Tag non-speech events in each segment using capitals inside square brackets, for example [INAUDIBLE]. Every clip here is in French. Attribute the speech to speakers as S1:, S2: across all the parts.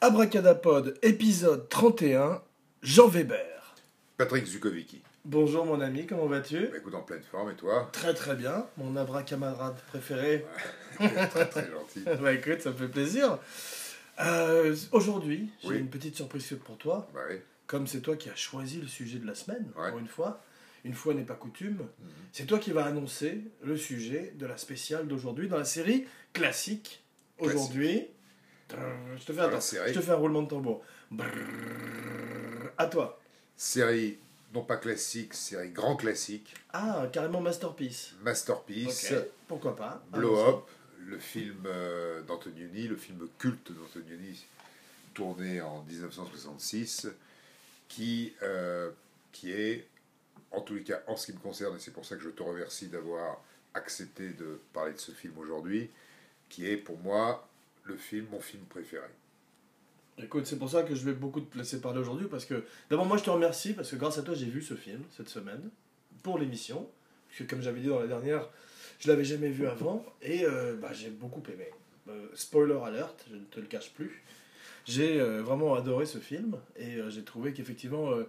S1: Abracadapod, épisode 31, Jean Weber.
S2: Patrick Zukovicki.
S1: Bonjour mon ami, comment vas-tu
S2: Bah, Écoute, en pleine forme, et toi
S1: Très très bien, mon abracamarade préféré.
S2: [LAUGHS] Très très gentil.
S1: bah écoute, ça me fait plaisir. Euh, Aujourd'hui, j'ai
S2: Oui.
S1: une petite surprise pour toi.
S2: Bah oui.
S1: Comme c'est toi qui as choisi le sujet de la semaine,
S2: Ouais.
S1: pour une fois, une fois n'est pas coutume,
S2: Mhm.
S1: c'est toi qui vas annoncer le sujet de la spéciale d'aujourd'hui dans la série classique. Aujourd'hui, Tum, je te fais
S2: Dans la
S1: attends,
S2: série.
S1: je te fais un roulement de tambour. Brrrr. à toi.
S2: Série, non pas classique, série grand classique,
S1: Ah, carrément masterpiece.
S2: masterpiece,
S1: Ok, Pourquoi pas
S2: Blow Up, le film euh, d'Antonioni, le film culte d'Antonioni, tourné en 1966, qui, euh, qui est, en tous les cas, en ce qui me concerne, et c'est pour ça que je te remercie d'avoir accepté de parler de ce film aujourd'hui, qui est pour moi le film, mon film préféré.
S1: Écoute, c'est pour ça que je vais beaucoup te laisser parler aujourd'hui parce que d'abord moi je te remercie parce que grâce à toi j'ai vu ce film cette semaine pour l'émission parce que comme j'avais dit dans la dernière je l'avais jamais vu avant et euh, bah, j'ai beaucoup aimé. Euh, spoiler alert, je ne te le cache plus. J'ai euh, vraiment adoré ce film et euh, j'ai trouvé qu'effectivement euh,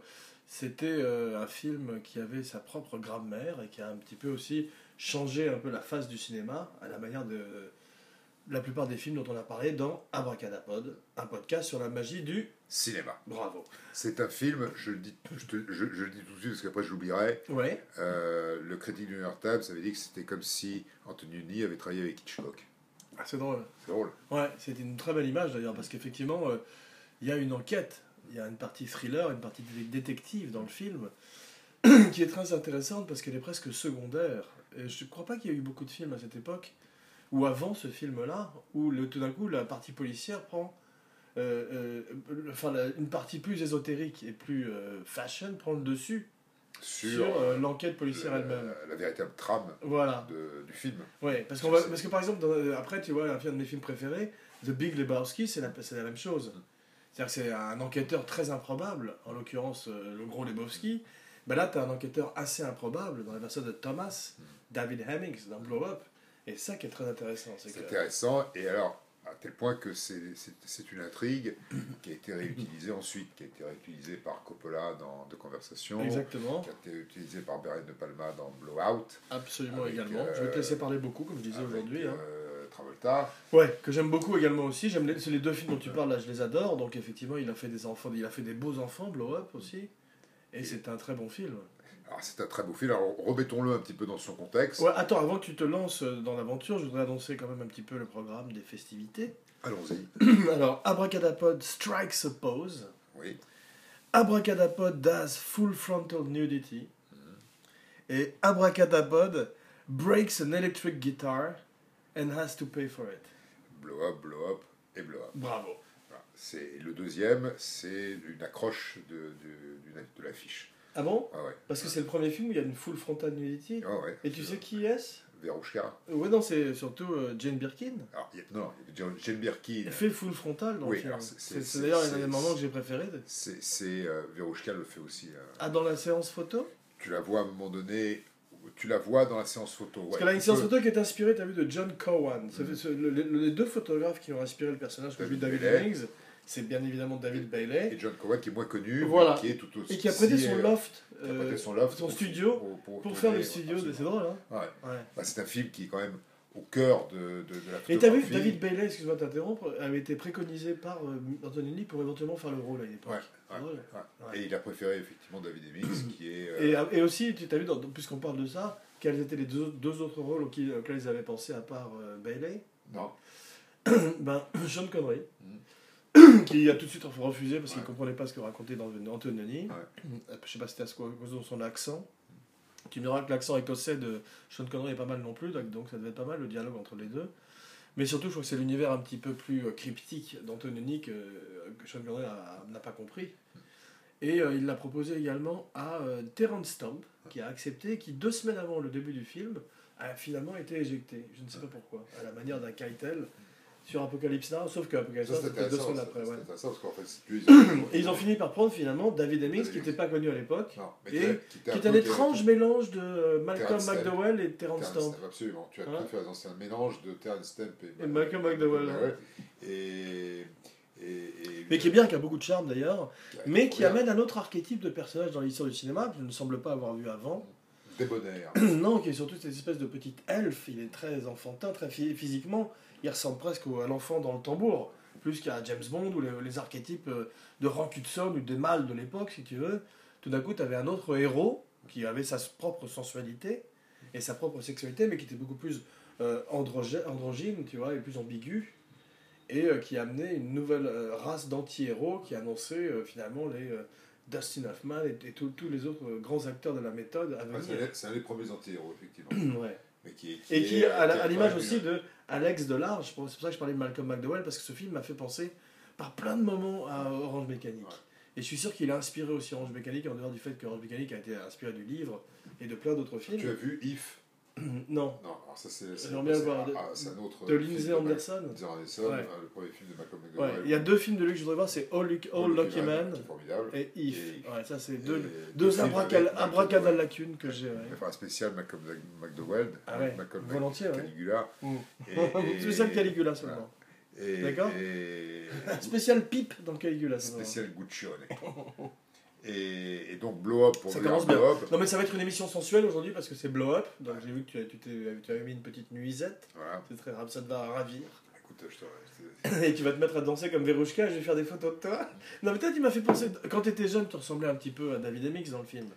S1: c'était euh, un film qui avait sa propre grammaire et qui a un petit peu aussi changé un peu la face du cinéma à la manière de la plupart des films dont on a parlé dans Abracadapod, un podcast sur la magie du
S2: Cinéma.
S1: bravo.
S2: C'est un film, je le dis, je te- je- je le dis tout de suite parce qu'après je l'oublierai.
S1: Ouais,
S2: euh, le critique du New York Times avait dit que c'était comme si Antonioni avait travaillé avec Hitchcock.
S1: Ah, c'est drôle.
S2: C'est drôle.
S1: Ouais, c'était une très belle image d'ailleurs, parce qu'effectivement, euh, il y a une enquête, il y a une partie thriller, une partie dé- détective dans le film, [CLEARS THROAT] qui est très intéressante parce qu'elle est presque secondaire. Et je ne crois pas qu'il y a eu beaucoup de films à cette époque, ou avant ce film-là, où le, tout d'un coup, la partie policière prend. euh, euh, le- enfin, la- une partie plus ésotérique et plus euh, fashion prend le dessus
S2: Sur,
S1: sur, euh, l'enquête policière
S2: la-
S1: elle-même.
S2: La véritable trame
S1: Voilà.
S2: de- du film.
S1: Ouais, parce, qu'on va,
S2: C'est-
S1: parce que par exemple, dans- euh, après, tu vois, un film- de mes films préférés, The Big Lebowski, c'est la, c'est la même chose. C'est-à-dire que c'est un enquêteur très improbable, en l'occurrence euh, le gros Lebowski. Ben là, tu as un enquêteur assez improbable dans la personne de Thomas, David Hemmings, dans Blow Up. Et ça qui est très intéressant. C'est
S2: C'est
S1: que...
S2: intéressant. Et alors, à tel point que c'est c'est- c'est une intrigue qui a été réutilisée ensuite, qui a été réutilisée par Coppola dans De Conversation,
S1: Exactement,
S2: qui a été réutilisée par Beret de Palma dans Blowout,
S1: absolument
S2: Avec,
S1: également.
S2: euh,
S1: Je vais te laisser parler beaucoup, comme je disais
S2: avec,
S1: aujourd'hui. hein.
S2: euh, Travolta.
S1: Ouais, que j'aime beaucoup également aussi. J'aime les, c'est les deux films dont tu parles, là, je les adore. Donc effectivement, il a fait des enfants, il a fait des beaux enfants, Blow Up aussi. Et c'est un très bon film.
S2: Alors, c'est un très beau film. Alors, remettons-le un petit peu dans son contexte.
S1: Ouais, attends, avant que tu te lances euh, dans l'aventure, je voudrais annoncer quand même un petit peu le programme des festivités. [CLEARS THROAT]
S2: Allons-y.
S1: Alors, Abracadapod Strikes a Pose,
S2: Oui.
S1: Abracadapod Does Full Frontal Nudity, et Abracadapod Breaks an Electric Guitar and Has to Pay for It.
S2: Blow up, blow up et blow up.
S1: Bravo.
S2: Voilà. C'est le deuxième, c'est une accroche de, de, d'une- de l'affiche.
S1: Ah bon
S2: Ah ouais.
S1: Parce que c'est le premier film où il y a une full frontal nudity.
S2: Ah ouais.
S1: Et tu sais qui est-ce
S2: Verouchka.
S1: Ouais, non, c'est surtout euh, Jane Birkin.
S2: Alors, il y a- non, il y a Jane- Jane Birkin.
S1: Elle fait full frontal dans
S2: Oui,
S1: le film.
S2: alors c'est-
S1: C'est
S2: c'est-
S1: c'est d'ailleurs
S2: c'est-
S1: un des moments que j'ai préféré.
S2: C'est, c'est euh, Verouchka le fait aussi. euh.
S1: Ah, dans la séance photo
S2: Tu la vois à un moment donné, tu la vois dans la séance photo.
S1: Parce
S2: ouais,
S1: qu'elle a une
S2: tu
S1: séance
S2: peux-
S1: photo qui est inspirée, t'as vu, de John Cowan. Ça
S2: Mhm.
S1: fait- ce- le- le- les deux photographes qui ont inspiré le personnage, que j'ai vu
S2: David
S1: David
S2: Bailey.
S1: Hemmings, c'est bien évidemment David Bailey,
S2: Et John Cowan qui est moins connu, mais
S1: Voilà.
S2: qui est tout aussi.
S1: et qui a prêté son
S2: euh,
S1: loft
S2: qui a prêté
S1: euh,
S2: son loft
S1: son
S2: pour-
S1: studio
S2: pour, pour
S1: pour
S2: tourner,
S1: faire le
S2: ouais,
S1: studio. de- C'est
S2: absolument.
S1: drôle, hein
S2: Ouais.
S1: ouais.
S2: Bah, c'est un film qui est quand même au cœur de, de, de la photographie.
S1: Et t'as vu, David Bailey, excuse-moi de t'interrompre, avait été préconisé par euh, Antonini pour éventuellement faire le rôle à l'époque.
S2: Ouais,
S1: C'est
S2: ouais.
S1: drôle.
S2: Ouais.
S1: Ouais.
S2: Et il a préféré effectivement David Hemmings, qui est. euh,
S1: Et, et aussi, tu t'as vu, dans- puisqu'on parle de ça, quels étaient les deux, deux autres rôles auxquels, auxquels ils avaient pensé à part euh, Bailey [CLEARS THROAT]
S2: Non.
S1: ben, Sean Connery, [CLEARS THROAT] qui a tout de suite refusé parce qu'il
S2: Ouais.
S1: comprenait pas ce que racontait dans Antononi. Euh, Je sais pas si c'était à ce qu'au- à cause de son accent. Tu me diras que l'accent écossais de Sean Connery est pas mal non plus, donc, donc ça devait être pas mal le dialogue entre les deux. Mais surtout, je crois que c'est l'univers un petit peu plus euh, cryptique d'Antononi que, que Sean Connery a- n'a pas compris. Et euh, il l'a proposé également à euh, Terrence Stamp, qui a accepté, qui deux semaines avant le début du film a finalement été éjecté. Je ne sais pas pourquoi, à la manière d'un Keitel sur Apocalypse Now, sauf que Apocalypse
S2: Ça,
S1: Now
S2: c'est
S1: c'était deux
S2: intéressant.
S1: semaines
S2: ça,
S1: après.
S2: c'est
S1: ouais.
S2: intéressant parce qu'en fait, si tu-
S1: [COUGHS] Et ils ont fini par prendre finalement David Hemmings,
S2: David
S1: qui n'était
S2: Hemmings.
S1: pas connu à l'époque.
S2: Non, mais
S1: Et
S2: qui
S1: Qui est un étrange mélange de euh, Malcolm
S2: Terrence Stamp.
S1: McDowell et Terrence Stamp.
S2: Absolument. Tu as
S1: Hein
S2: tout fait raison. C'est un mélange de Terrence Stamp et,
S1: Et Malcolm McDowell,
S2: Et, et Et, et-
S1: Mais qui est bien, qui a beaucoup de charme d'ailleurs,
S2: Ouais,
S1: mais qui
S2: bien.
S1: amène un autre archétype de personnage dans l'histoire du cinéma, que je ne semble pas avoir vu avant.
S2: Débonnaire.
S1: [CLEARS THROAT] non, qui est surtout cette espèce de petite elfe, il est très enfantin, très phy- physiquement, il ressemble presque au- à l'enfant dans le tambour, plus qu'à James Bond ou les, les archétypes euh, de Rankutson ou des mâles de l'époque, si tu veux. Tout d'un coup, tu avais un autre héros qui avait sa s- propre sensualité et sa propre sexualité, mais qui était beaucoup plus euh, androgy- androgyne, tu vois, et plus ambigu, et euh, qui amenait une nouvelle euh, race d'anti-héros qui annonçait euh, finalement les... euh, Dustin Hoffman et, et tous- tous les autres euh, grands acteurs de la méthode à
S2: Ouais,
S1: venir.
S2: c'est un des- c'est un des premiers anti-héros,
S1: [COUGHS] [CLEARS THROAT]
S2: effectivement.
S1: Ouais.
S2: Mais qui, est-
S1: Et qui,
S2: est,
S1: à
S2: qui
S1: la-
S2: a
S1: à l'image
S2: quand même
S1: aussi
S2: une-
S1: de Alex Delarge, c'est pour ça que je parlais de Malcolm McDowell, parce que ce film m'a fait penser par plein de moments à Orange Mécanique.
S2: Ouais.
S1: Et je suis sûr qu'il a inspiré aussi Orange Mécanique, en dehors du fait que Orange Mécanique a été inspiré du livre et de plein d'autres films.
S2: Tu as vu If
S1: Non,
S2: Non, alors ça c'est. c'est-
S1: J'aimerais bien le
S2: c'est
S1: voir,
S2: un-
S1: de-
S2: ah, c'est un autre.
S1: de
S2: film
S1: Lindsay
S2: Mac-
S1: Anderson.
S2: Lindsay Anderson,
S1: Ouais.
S2: euh, le premier film de Malcolm
S1: Ouais,
S2: McDowell.
S1: il y a deux films de lui que je voudrais voir, c'est All, Luc- All Lucky Man
S2: C'est formidable.
S1: et If.
S2: Et-
S1: Ouais, ça c'est
S2: et
S1: deux,
S2: deux
S1: deux
S2: films
S1: abracal-
S2: avec Malcolm
S1: abracadabra
S2: McDowell.
S1: lacunes que j'ai. ouais.
S2: Enfin, spécial Malcolm McDowell,
S1: Ah ouais,
S2: Malcolm Mac-
S1: volontiers, ouais.
S2: Caligula.
S1: Mm. [LAUGHS]
S2: Et- et-
S1: Spécial Caligula seulement.
S2: et-
S1: D'accord Ah,
S2: et-
S1: [LAUGHS] Spécial pipe dans le Caligula seulement.
S2: Spécial Guccione.
S1: [LAUGHS]
S2: Et, et donc, Blow Up pour
S1: Ça
S2: dire
S1: commence bien.
S2: Blow Up.
S1: Non mais ça va être une émission sensuelle aujourd'hui parce que c'est blow up. Donc j'ai vu que tu, as- tu t'es- tu avais mis une petite nuisette.
S2: Voilà,
S1: C'est très grave, ça te va ravir. [LAUGHS]
S2: écoute, je te
S1: Et tu vas te mettre à danser comme Verushka, je vais faire des photos de toi. Non mais toi tu m'as fait penser, quand t'étais jeune tu ressemblais un petit peu à David Emix dans le film.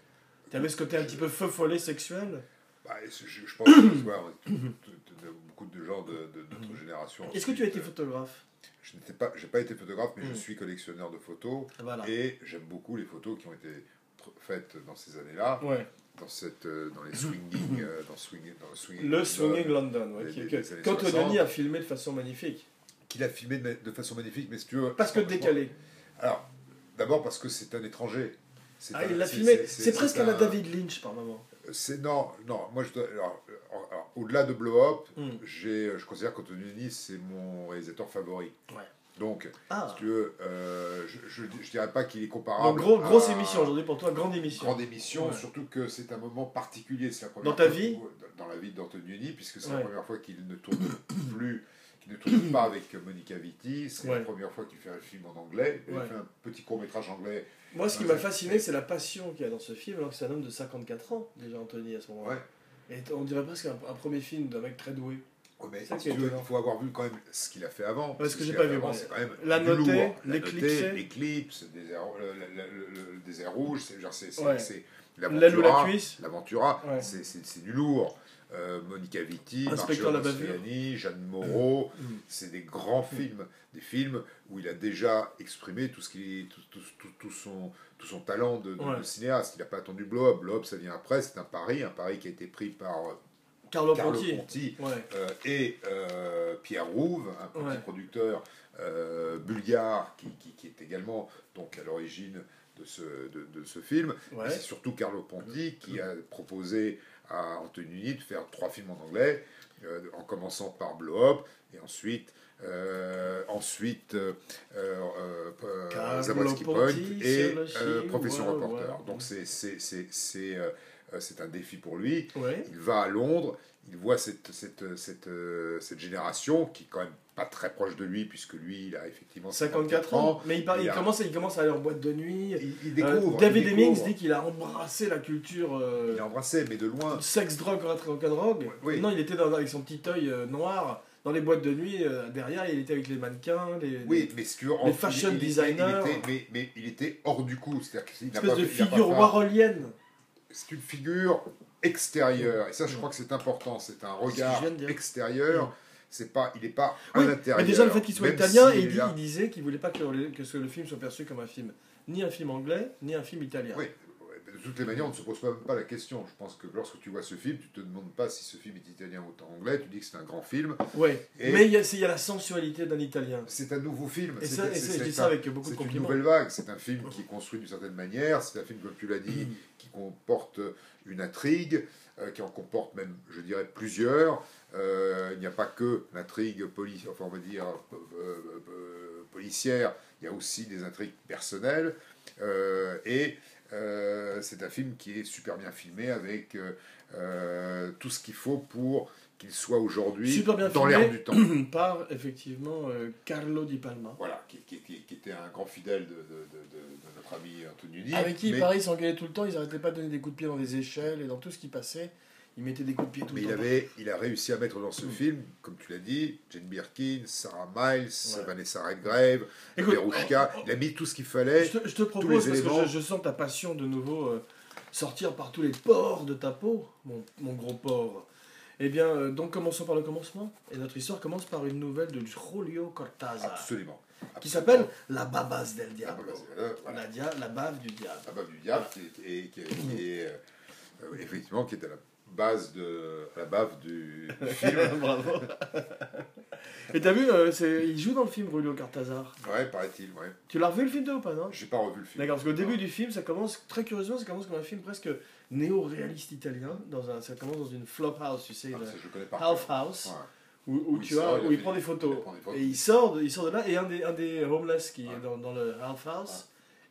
S1: T'avais ce côté un petit peu feu follet sexuel.
S2: Bah, et c'est- je, je pense que
S1: [COUGHS]
S2: ce soir, tout- tout- tout- beaucoup de gens de, de notre génération.
S1: Mm. Est-ce que tu as été
S2: ensuite,
S1: photographe
S2: euh, Je n'étais pas, j'ai pas été photographe, mais je
S1: Mm.
S2: suis collectionneur de photos
S1: Ah, Voilà.
S2: et j'aime beaucoup les photos qui ont été pr- faites dans ces années-là,
S1: Ouais.
S2: dans cette, euh, dans les swinging, euh, dans swinging, dans le euh, swinging,
S1: Le
S2: club,
S1: Swinging London, ouais,
S2: les-
S1: qui-
S2: les-
S1: que-
S2: les années
S1: qu'Antonioni
S2: 60.
S1: a filmé de façon magnifique.
S2: qu'il a filmé de, ma- de façon magnifique, mais si tu veux,
S1: Parce que
S2: franchement-
S1: décalé.
S2: Alors, d'abord parce que c'est un étranger. C'est
S1: Ah,
S2: un-
S1: il l'a
S2: c'est-
S1: filmé,
S2: c'est-
S1: c'est presque à
S2: un-
S1: la David Lynch par moment.
S2: C'est non, non. Moi, je dois- alors, euh, alors, au-delà de Blow Up,
S1: Mm.
S2: j'ai, euh, je considère qu'Anthony Denis c'est mon réalisateur favori.
S1: Ouais.
S2: Donc,
S1: Ah,
S2: si tu veux, euh, je, je, je dirais pas qu'il est
S1: donc
S2: comparable.
S1: gros,
S2: à
S1: grosse émission aujourd'hui pour toi, grande émission.
S2: Grande émission,
S1: Ouais.
S2: surtout que c'est un moment particulier. C'est la première
S1: Dans ta
S2: fois-
S1: vie
S2: Dans la vie d'Antonioni, puisque c'est
S1: Ouais.
S2: la première fois qu'il ne tourne [COUGHS] plus, qu'il ne tourne pas avec Monica Vitti. C'est
S1: Ouais.
S2: la première fois qu'il fait un film en anglais. Il a
S1: Ouais.
S2: fait un petit court-métrage anglais
S1: Moi, ce qui
S2: Ouais,
S1: m'a
S2: c'est-
S1: fasciné, c'est la passion qu'il y a dans ce film, alors que c'est un homme de 54 ans, déjà Anthony, à ce moment-là. Et on dirait presque un, un premier film d'un mec très doué.
S2: Ouais, mais
S1: Ça
S2: si
S1: qui est
S2: tu veux,
S1: étonnant.
S2: il faut avoir vu quand même ce qu'il a fait avant.
S1: Parce que
S2: Ce
S1: j'ai
S2: qu'il
S1: pas
S2: a fait
S1: vu,
S2: avant,
S1: moi.
S2: c'est quand même
S1: La
S2: du
S1: Notée,
S2: lourd. La
S1: l'Éclipsé.
S2: Notée, l'éclipse, désert, le, le- le- le- le désert rouge, c'est genre c'est c'est-
S1: Ouais.
S2: c'est
S1: L'aile ou la
S2: l'aventura,
S1: cuisse
S2: l'aventura,
S1: Ouais.
S2: c'est c'est- c'est du lourd. Euh, Monica Vitti,
S1: Inspecteur
S2: Marcello
S1: Labavière.
S2: Mastroianni, Jeanne Moreau,
S1: Mm.
S2: c'est des grands films, des films où il a déjà exprimé tout ce qui tout, tout, tout- tout son tout son talent de, de-
S1: Ouais.
S2: de cinéaste. Il n'a pas attendu Blow Up. Blow Up, ça vient après. C'est un pari, un pari qui a été pris par euh,
S1: Carlo
S2: Carlo
S1: Ponti.
S2: Ponti,
S1: Ouais.
S2: euh, et euh, Pierre Rouve, un petit
S1: Ouais.
S2: producteur euh, bulgare qui, qui- qui est également donc à l'origine de ce, de, de ce film. Mais
S1: Ouais.
S2: C'est surtout Carlo Ponti qui a proposé à Antonini de faire trois films en anglais, euh, en commençant par Blow Up et ensuite. euh, ensuite, euh, euh, euh,
S1: Carlo
S2: Zawadzki Point
S1: Ponti,
S2: et
S1: Solaci,
S2: euh, Profession
S1: ouais,
S2: Reporter.
S1: ouais.
S2: Donc c'est c'est- c'est- c'est, euh, euh, c'est un défi pour lui.
S1: Ouais.
S2: Il va à Londres, il voit cette, cette, cette, euh, cette génération qui est quand même pas très proche de lui, puisque lui, il a effectivement
S1: 54 ans. Mais il, par-
S2: il
S1: il
S2: a-
S1: commence, il commence à aller en boîte de nuit.
S2: Il, euh, il
S1: Euh,
S2: découvre.
S1: David
S2: il
S1: Hemmings
S2: découvre.
S1: dit qu'il a embrassé la culture euh,
S2: Il a embrassé, mais de loin.
S1: sexe, drogue, rat- rat- drogue.
S2: Oui.
S1: Non, il était dans- avec son petit œil euh, noir dans les boîtes de nuit. euh, derrière, il était avec les mannequins. Les,
S2: Oui, mais si tu veux, en-
S1: Les fashion
S2: il- il était-
S1: designers.
S2: il était, mais, mais il était hors du coup. C'est-à-dire qu'il
S1: Une
S2: n'a
S1: espèce
S2: pas
S1: de
S2: fait- il n'a pas
S1: figure
S2: fait un-
S1: warholienne.
S2: C'est une figure extérieure. Et ça, je crois que c'est important. C'est un
S1: que je
S2: regard
S1: viens de dire.
S2: extérieur. C'est pas, il n'est pas
S1: Oui,
S2: à l'intérieur.
S1: Mais déjà, le fait qu'il soit
S2: même
S1: italien,
S2: s'il
S1: il,
S2: est
S1: dit-
S2: là.
S1: il disait qu'il voulait pas que le, que ce- le film soit perçu comme un film. Ni un film anglais, ni un film italien.
S2: Oui, ouais, mais de toutes les manières, on ne se pose pas, même pas la question. Je pense que lorsque tu vois ce film, tu te demandes pas si ce film est italien ou anglais, tu dis que c'est un grand film.
S1: Ouais.
S2: Et-
S1: Mais il y, a- c'est- il y a la sensualité d'un italien.
S2: C'est un nouveau film.
S1: Et
S2: C'est-
S1: ça, et
S2: c'est-
S1: ça, je
S2: c'est
S1: dis
S2: un-
S1: ça avec beaucoup de
S2: c'est une
S1: compliments.
S2: nouvelle vague, c'est un film qui est construit d'une certaine manière, c'est un film, comme tu l'as dit,
S1: Mm.
S2: qui comporte euh, une intrigue, euh, qui en comporte même, je dirais, plusieurs. Euh, il n'y a pas que l'intrigue poli- enfin, on va dire, euh, euh, euh, policière, il y a aussi des intrigues personnelles. Euh, et Euh, c'est un film qui est super bien filmé avec euh, euh, tout ce qu'il faut pour qu'il soit aujourd'hui
S1: Super bien
S2: dans l'air du temps.
S1: filmé [CLEARS THROAT] par effectivement euh, Carlo Di Palma.
S2: Voilà, qui, qui- qui- qui était un grand fidèle de, de- de- de- de notre ami Antonioni.
S1: Avec qui
S2: mais,
S1: Paris s'engueulait tout le temps, ils n'arrêtaient pas de donner des coups de pied dans des échelles et dans tout ce qui passait. Ils mettaient des coups de pied tout
S2: mais
S1: le
S2: il,
S1: temps.
S2: avait, il a réussi à mettre dans ce
S1: Mm.
S2: film, comme tu l'as dit, Jane Birkin, Sarah Miles,
S1: Ouais.
S2: Vanessa Redgrave,
S1: Écoute, oh,
S2: Verouchka. Il a mis tout ce qu'il fallait.
S1: Je te, je te propose, parce
S2: éléments.
S1: que je, je sens ta passion de nouveau euh, sortir par tous les pores de ta peau, mon, mon gros porc. Eh bien, euh, donc commençons par le commencement. Et notre histoire commence par une nouvelle de Julio Cortázar,
S2: Absolument.
S1: qui
S2: Absolument.
S1: s'appelle La babas del
S2: Ah,
S1: diablo.
S2: bah, voilà, voilà.
S1: La, dia- ah, la bave du diable.
S2: la base du diable qui est, et qui est- qui est, euh, euh, effectivement qui est à la base de à la bave du du film
S1: [LAUGHS] Bravo. Et t'as vu, euh, c'est- il joue dans le film Julio Cortázar.
S2: ouais paraît-il ouais
S1: Tu l'as revu le film toi ou pas, non
S2: j'ai pas revu le film Ah,
S1: D'accord, parce qu'au début
S2: Non.
S1: du film, ça commence, très curieusement, ça commence comme un film presque néo-réaliste italien. Dans un, ça commence dans une flop house, tu sais,
S2: Ah,
S1: une
S2: ça, je connais pas
S1: half house, où, où
S2: Où il
S1: tu
S2: sort,
S1: vois,
S2: il a
S1: où il
S2: fait
S1: prend
S2: des-
S1: des photos.
S2: il prend des photos.
S1: Et il sort, de, il sort de là, et un des, un des homeless qui
S2: Ouais.
S1: est dans, dans le half house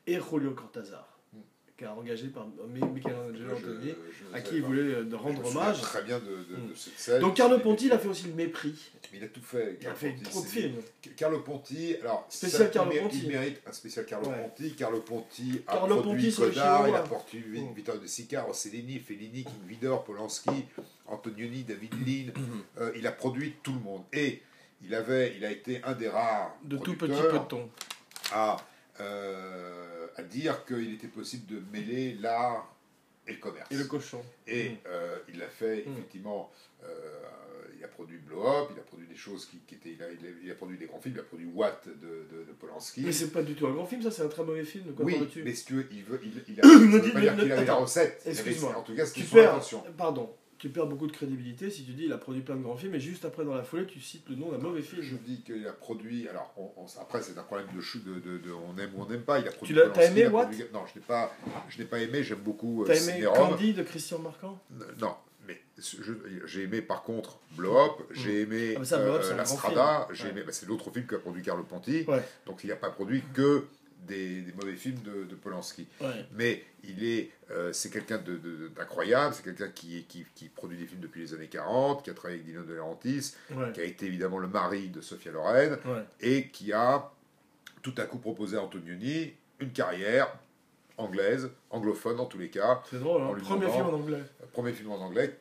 S1: est Julio Cortázar,
S2: Hmm.
S1: qui a engagé par Michelangelo Antoni, à qui il
S2: voulait
S1: voulait euh, de rendre hommage.
S2: très bien de, de- de
S1: Mm.
S2: cette scène
S1: Donc Carlo Ponti, il a fait aussi le mépris.
S2: il a tout fait
S1: Il a
S2: Carlo
S1: fait
S2: Ponti,
S1: trop de
S2: c'est-
S1: films.
S2: Carlo Ponti alors
S1: Spécial
S2: ça,
S1: Carlo
S2: il, mé-
S1: Ponti.
S2: il mérite un spécial Carlo
S1: Ouais.
S2: Ponti Carlo Ponti a
S1: Carlo
S2: produit
S1: Ponti, c'est le
S2: Godard il a
S1: Chinois.
S2: produit
S1: Mm.
S2: Victor de Sica Rossellini Fellini King Vidor Polanski Antonioni David Lean
S1: Hmm.
S2: Euh, il a produit tout le monde. Et il, avait, il a été un des rares
S1: De tout petit
S2: producteurs
S1: peu de ton.
S2: à, euh, à dire qu'il était possible de mêler l'art et le commerce.
S1: Et le cochon.
S2: Et,
S1: Mm.
S2: euh, il l'a fait,
S1: Mm.
S2: effectivement. euh, il a produit Blow Up, il a produit des choses qui, qui étaient. Il a, il a- il a produit des grands films, il a produit Watt de, de, de Polanski.
S1: Mais c'est pas du tout un grand film, ça, c'est un très mauvais film. De quoi
S2: oui,
S1: parles-tu
S2: mais si tu veux, il veut.
S1: [COUGHS]
S2: Il, il a,
S1: Ne
S2: ça veut
S1: dis-
S2: pas dire
S1: ne-
S2: qu'il avait la
S1: attends,
S2: recette. Il avait-
S1: excuse-moi.
S2: En tout cas, c'était
S1: Tu
S2: son
S1: perds,
S2: intention.
S1: pardon, tu perds beaucoup de crédibilité si tu dis il a produit plein de grands films et juste après dans la foulée tu cites le nom d'un mauvais
S2: Je
S1: film.
S2: dis qu'il a produit. Alors, on- on- après, c'est un problème de, chou- de, de, de- on aime ou on n'aime pas. Il a produit.
S1: l'as- t'as
S2: Polanski,
S1: aimé
S2: il a
S1: Watt
S2: produit- Non, je n'ai pas, je n'ai pas aimé. J'aime beaucoup euh,
S1: T'as aimé
S2: Cinérum.
S1: Candy de Christian Marquand
S2: N- Non, mais ce- je- j'ai aimé par contre Blow Up. J'ai aimé euh,
S1: Ah, mais ça, Blow Up, c'est un
S2: La
S1: grand
S2: Strada.
S1: film.
S2: J'ai
S1: Ouais.
S2: aimé. bah, c'est l'autre film qu'a produit Carlo Ponti.
S1: Ouais.
S2: Donc, il n'a pas produit que des, des mauvais films de, de Polanski.
S1: Ouais.
S2: Mais il est, euh, c'est quelqu'un de- de- d'incroyable. C'est quelqu'un qui, qui, qui produit des films depuis les années 40, qui a travaillé avec Dino De Laurentiis,
S1: Ouais.
S2: qui a été évidemment le mari de Sophia Loren
S1: ouais.
S2: et qui a tout à coup proposé à Antonioni une carrière anglaise, anglophone en tous les cas.
S1: C'est drôle,
S2: En
S1: hein
S2: lui
S1: Premier
S2: demandant-
S1: film en anglais.
S2: Premier film en anglais,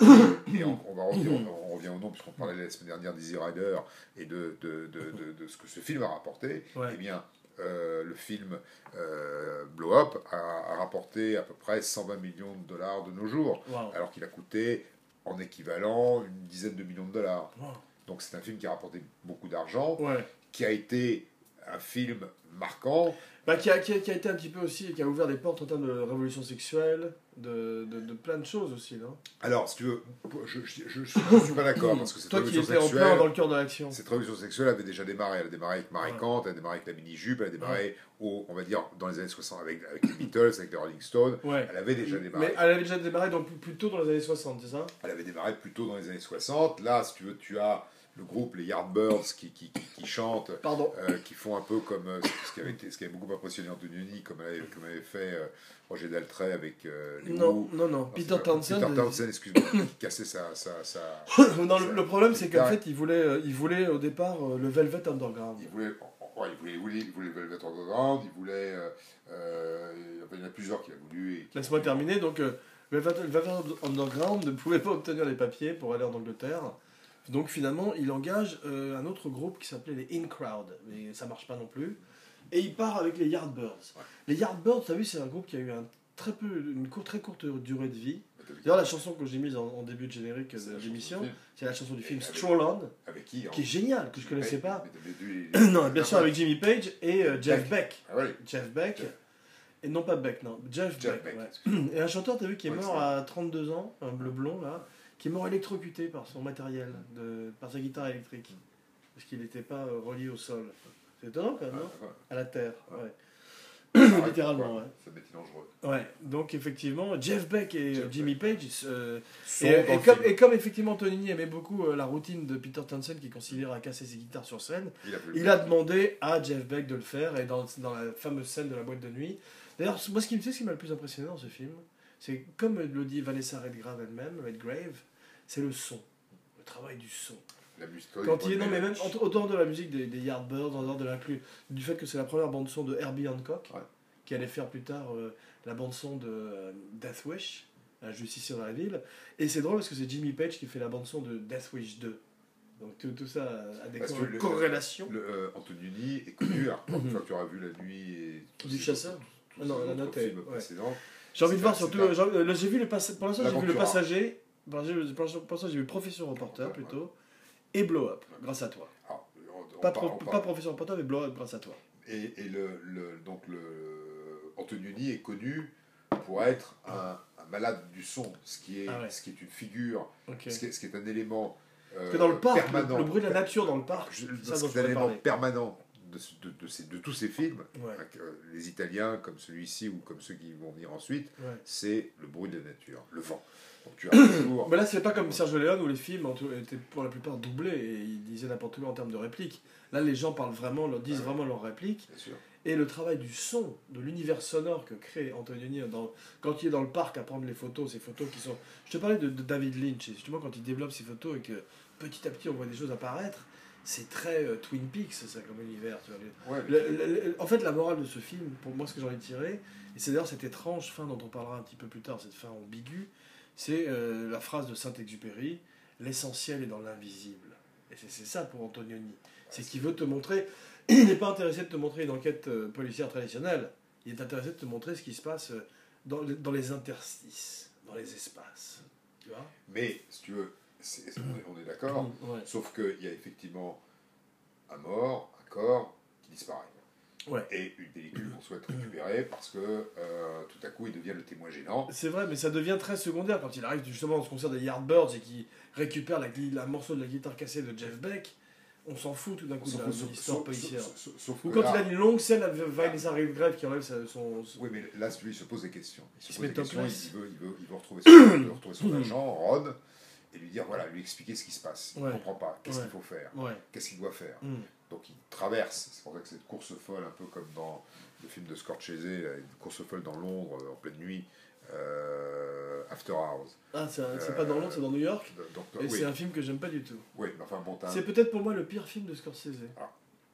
S2: et on, on va revenir, on, on revient au nom, puisqu'on parlait la semaine dernière d'Easy Rider et de, de, de- de- de ce que ce film a rapporté.
S1: Ouais.
S2: Eh bien, euh, le film euh, Blow Up a, a rapporté à peu près 120 millions de dollars de nos jours,
S1: Waouh.
S2: alors qu'il a coûté en équivalent une dizaine de millions de dollars.
S1: Waouh.
S2: Donc c'est un film qui a rapporté beaucoup d'argent,
S1: Ouais.
S2: qui a été un film marquant,
S1: Bah, qui, a, qui, a, qui a été un petit peu aussi, qui a ouvert des portes en termes de révolution sexuelle, de, de, de plein de choses aussi. Non
S2: Alors, si tu veux, je, je, je- je suis pas d'accord parce que cette
S1: Toi qui
S2: révolution
S1: étais en plein
S2: sexuelle,
S1: dans le cœur de l'action.
S2: cette révolution sexuelle avait déjà démarré. Elle a démarré avec Marie
S1: Ouais.
S2: Kant, elle a démarré avec la mini jupe, elle a démarré au, on va dire, dans les années 60 avec, avec les Beatles, avec les Rolling Stones.
S1: Ouais.
S2: Elle avait déjà démarré.
S1: Mais elle avait déjà démarré donc plus- plus tôt dans les années 60, c'est ça
S2: Elle avait démarré plutôt dans les années 60. Là, si tu veux, tu as le groupe les Yardbirds qui, qui, qui, qui chantent,
S1: Pardon.
S2: euh, qui font un peu comme euh, ce qui avait été, ce qui avait beaucoup impressionné Antonioni, comme avait, comme avait fait euh, Roger Daltrey avec euh, les
S1: Non,
S2: Who.
S1: non, non.
S2: Non,
S1: Peter
S2: c'est pas-
S1: Townsend. euh,
S2: Peter Townsend, excuse-moi, qui cassait sa- sa- sa,
S1: [LAUGHS] non, le, le problème, c'est qu'en
S2: Ouais.
S1: fait, il voulait, euh, il voulait au départ euh, le Velvet Underground.
S2: Il voulait, ouais, il voulait, il voulait, il voulait Velvet Underground, il voulait. euh, euh, il y en a plusieurs qu'il a voulu. et qui-
S1: Laisse-moi terminer. Donc, euh, le Velvet, le Velvet Underground ne pouvait pas obtenir les papiers pour aller en Angleterre. Donc, finalement, il engage euh, un autre groupe qui s'appelait les In Crowd. Mais ça marche pas non plus. Et il part avec les Yardbirds.
S2: Ouais.
S1: Les Yardbirds, t'as vu, c'est un groupe qui a eu un très peu, une cour- très courte durée de vie. D'ailleurs, la chanson que j'ai mise en, en début de générique euh,
S2: C'est la
S1: de l'émission,
S2: chanson du film.
S1: c'est la chanson du film
S2: Et avec-
S1: Stroll On,
S2: Avec qui hein
S1: qui est géniale, que je connaissais
S2: Mais-
S1: pas.
S2: mais- mais-
S1: [COUGHS]
S2: mais-
S1: non, bien sûr, avec Jimmy Page et euh, Jeff
S2: Beck.
S1: Beck.
S2: Ah ouais,
S1: Jeff Beck.
S2: Jeff.
S1: Et non pas Beck, non. Jeff,
S2: Jeff
S1: Beck.
S2: Beck.
S1: ouais. [COUGHS]
S2: excuse-moi.
S1: Et un chanteur, t'as vu, qui est
S2: Ouais,
S1: mort à 32 ans, un bleu blond là, qui est mort électrocuté par son matériel, de, par sa guitare électrique. Parce qu'il n'était pas euh, relié au sol. C'est étonnant quand même, non
S2: Ah, ouais.
S1: À la terre,
S2: Ouais.
S1: ouais.
S2: Ah,
S1: Littéralement,
S2: ouais.
S1: ouais.
S2: Ça m'était dangereux.
S1: Ouais, donc effectivement, Jeff Beck et
S2: Jeff
S1: euh, Jimmy Page. euh,
S2: Sont
S1: et,
S2: dans
S1: et
S2: le
S1: comme,
S2: film.
S1: et comme effectivement Tonini aimait beaucoup euh, la routine de Peter Townsend qui considère à casser ses guitares sur scène,
S2: Il a, voulu-
S1: il a demandé à Jeff Beck de le faire et dans, dans la fameuse scène de la boîte de nuit. D'ailleurs, moi, ce qui me fait, ce qui m'a le plus impressionné dans ce film, c'est comme le dit Vanessa Redgrave elle-même, Redgrave, c'est le son, le travail du son.
S2: La musique.
S1: Quand il est, non, mais même en- en dehors de la musique des, des Yardbirds, en dehors de la plus- du fait que c'est la première bande-son de Herbie Hancock,
S2: Ouais.
S1: qui allait faire plus tard euh, la bande-son de euh, Death Wish, La justice sur la ville. Et c'est drôle parce que c'est Jimmy Page qui fait la bande-son de Death Wish 2. Donc tout, tout ça a des
S2: Parce
S1: cor-
S2: que le-
S1: corrélations.
S2: Le, euh, Antonioni est connu, alors, une fois que tu auras vu La Nuit et. tous
S1: Mm-hmm. Du
S2: ces-
S1: chasseur.
S2: tous
S1: Ah
S2: ces
S1: non, la
S2: autres
S1: note est-
S2: films
S1: ouais.
S2: précédents.
S1: J'ai envie de
S2: C'est
S1: voir
S2: pas-
S1: surtout.
S2: c'est pas-
S1: euh, j'ai- euh, j'ai vu le passa- pour l'instant,
S2: La
S1: j'ai vu le
S2: concurrence.
S1: passager. Enfin, j'ai- Pour l'instant, pour l'instant, j'ai vu Profession Reporter
S2: Ouais.
S1: plutôt. Et Blow Up, grâce à toi.
S2: Alors, on- on
S1: Pas,
S2: parle-
S1: pro-
S2: on parle-
S1: pas Profession Reporter, mais Blow Up, grâce à toi.
S2: Et, et le, le- donc le Antonioni est connu pour être un, un malade du son, ce qui est,
S1: Ah ouais.
S2: ce qui est une figure,
S1: Ok.
S2: ce, qui est, ce qui est un élément euh,
S1: Parce que dans le parc, le,
S2: permanent,
S1: le bruit de la nature dans le parc,
S2: Je-
S1: c'est
S2: ce
S1: ça dont
S2: qui
S1: je
S2: est un
S1: voulais
S2: élément
S1: parler.
S2: permanent de, ce- de- de ces- de tous ces films,
S1: Ouais,
S2: avec, euh, les Italiens comme celui-ci ou comme ceux qui vont venir ensuite,
S1: ouais.
S2: c'est le bruit de la nature, le vent. Donc tu as [COUGHS] toujours
S1: Mais là, c'est pas comme Serge Léon où les films en tout- étaient pour la plupart doublés et ils disaient n'importe quoi en termes de répliques. Là, les gens parlent vraiment, leur disent
S2: Ouais.
S1: vraiment leurs répliques.
S2: bien sûr,
S1: Et le travail du son, de l'univers sonore que crée Antonioni dans- quand il est dans le parc à prendre les photos, ces photos qui sont. Je te parlais de, de David Lynch, et justement quand il développe ces photos et que petit à petit on voit des choses apparaître, c'est très euh, Twin Peaks, ça, comme univers. tu vois.
S2: Ouais,
S1: Le- le- le- en fait, la morale de ce film, pour moi, ce que j'ai envie de tirer, et c'est d'ailleurs cette étrange fin dont on parlera un petit peu plus tard, cette fin ambiguë, c'est euh, la phrase de Saint-Exupéry L'essentiel est dans l'invisible. Et c'est- c'est ça pour Antonioni. C'est qu'il veut te montrer. [CLEARS THROAT] Il n'est pas intéressé de te montrer une enquête euh, policière traditionnelle. Il est intéressé de te montrer ce qui se passe euh, dans, les- dans les interstices, dans les espaces. Tu vois
S2: Mais si tu veux, c'est- on est- on est d'accord.
S1: Ouais.
S2: Sauf qu'il y a effectivement un mort, un corps qui disparaît.
S1: Ouais.
S2: Et une pellicule qu'on souhaite récupérer parce que euh, tout à coup il devient le témoin gênant.
S1: C'est vrai, mais ça devient très secondaire quand il arrive justement dans ce concert des Yardbirds et qu'il récupère la, gui- la morceau de la guitare cassée de Jeff Beck. On s'en fout tout d'un
S2: On
S1: coup
S2: s'en
S1: de la-
S2: fout,
S1: de
S2: sauf-
S1: l'histoire
S2: sauf-
S1: policière.
S2: sauf- sauf- sauf
S1: Ou
S2: que
S1: quand
S2: là-
S1: il a une longue scène avec Vanessa Redgrave qui enlève sa- son. son-
S2: Oui, mais là, celui se pose des questions. Il se,
S1: Il se
S2: pose
S1: met
S2: des
S1: en
S2: questions,
S1: place.
S2: il veut, il veut, il veut retrouver son, il veut
S1: [COUGHS]
S2: retrouver son agent, Ron, et lui dire voilà, lui expliquer ce qui se passe. Il ne
S1: Ouais.
S2: comprend pas. Qu'est-ce
S1: Ouais.
S2: qu'il faut faire
S1: Ouais.
S2: Qu'est-ce qu'il doit faire
S1: Mm.
S2: Donc il traverse, c'est pour ça que cette course folle, un peu comme dans le film de Scorsese, là, une course folle dans Londres euh, en pleine nuit, euh, After Hours.
S1: Ah, c'est un- c'est
S2: Euh,
S1: pas dans Londres, c'est dans New York.
S2: Donc,
S1: Et
S2: Euh, oui,
S1: c'est un film que j'aime pas du tout.
S2: oui, mais enfin bon, t'as un-
S1: C'est peut-être pour moi le pire film de Scorsese.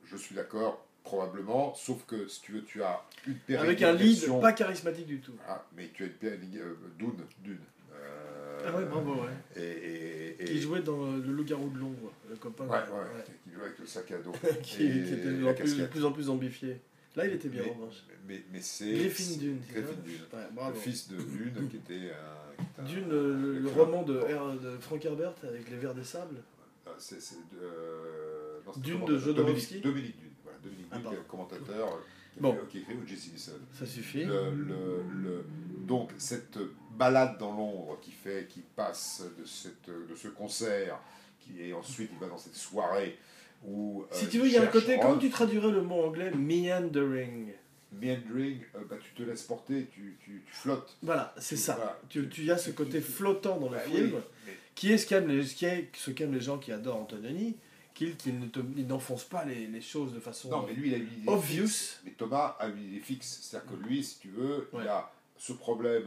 S2: je suis d'accord, probablement, sauf que si tu veux, tu as une
S1: Avec un lead
S2: pérennation-
S1: pas charismatique du tout.
S2: Ah, mais tu as une pérennation... Dune, Dune. Euh,
S1: Ah ouais, bravo, ouais.
S2: Et, et, et-
S1: Qui jouait dans euh, Le Loup-garou de Londres, le copain.
S2: Ouais, ouais,
S1: ouais.
S2: qui joue avec le sac à dos.
S1: [LAUGHS] Qui,
S2: et
S1: qui était de
S2: la
S1: plus, de
S2: casquette.
S1: plus en plus zombifié. Là, il était bien,
S2: Mais-
S1: en revanche.
S2: Mais, mais c'est...
S1: Griffin Dune. c'est
S2: Griffin
S1: ça
S2: Dune.
S1: Ouais,
S2: Le
S1: bravo.
S2: fils de Dune, qui était un... qui était un-
S1: Dune, le, le
S2: un-
S1: roman de, R- de Frank Herbert avec les vers des sables.
S2: Ah, C'est, c'est, euh, non, c'est
S1: Dune
S2: comment-
S1: de Jodorowsky
S2: Dominique, Dominique Dune, voilà, Dominique
S1: Ah,
S2: Dune,
S1: pardon.
S2: qui est commentateur, euh, qui,
S1: Bon.
S2: écrit- qui écrit O.J. Simpson.
S1: Ça suffit.
S2: Le- le- le- donc cette balade dans l'ombre qui fait, qui passe de, cette, de ce concert, qui et ensuite il va dans cette soirée où euh,
S1: si tu veux, il y a un
S2: cherche
S1: côté.
S2: Ron.
S1: Comment tu traduirais le mot anglais meandering
S2: meandering, euh, bah, tu te laisses porter, tu, tu, tu flottes.
S1: Voilà, c'est ça.
S2: Voilà.
S1: Tu, tu y as ce
S2: tu-
S1: côté
S2: tu-
S1: flottant dans le
S2: Bah
S1: film,
S2: oui, mais-
S1: qui est ce qu'aiment les, ce qui est ce qu'aiment les gens qui adorent Antonioni, qu'il qu'il ne te- il n'enfonce pas les, les choses de façon.
S2: Non, mais lui, il a une idée
S1: Obvious.
S2: fixe. Mais Thomas a une idée fixe. C'est-à-dire que lui, si tu veux,
S1: Ouais.
S2: il a ce problème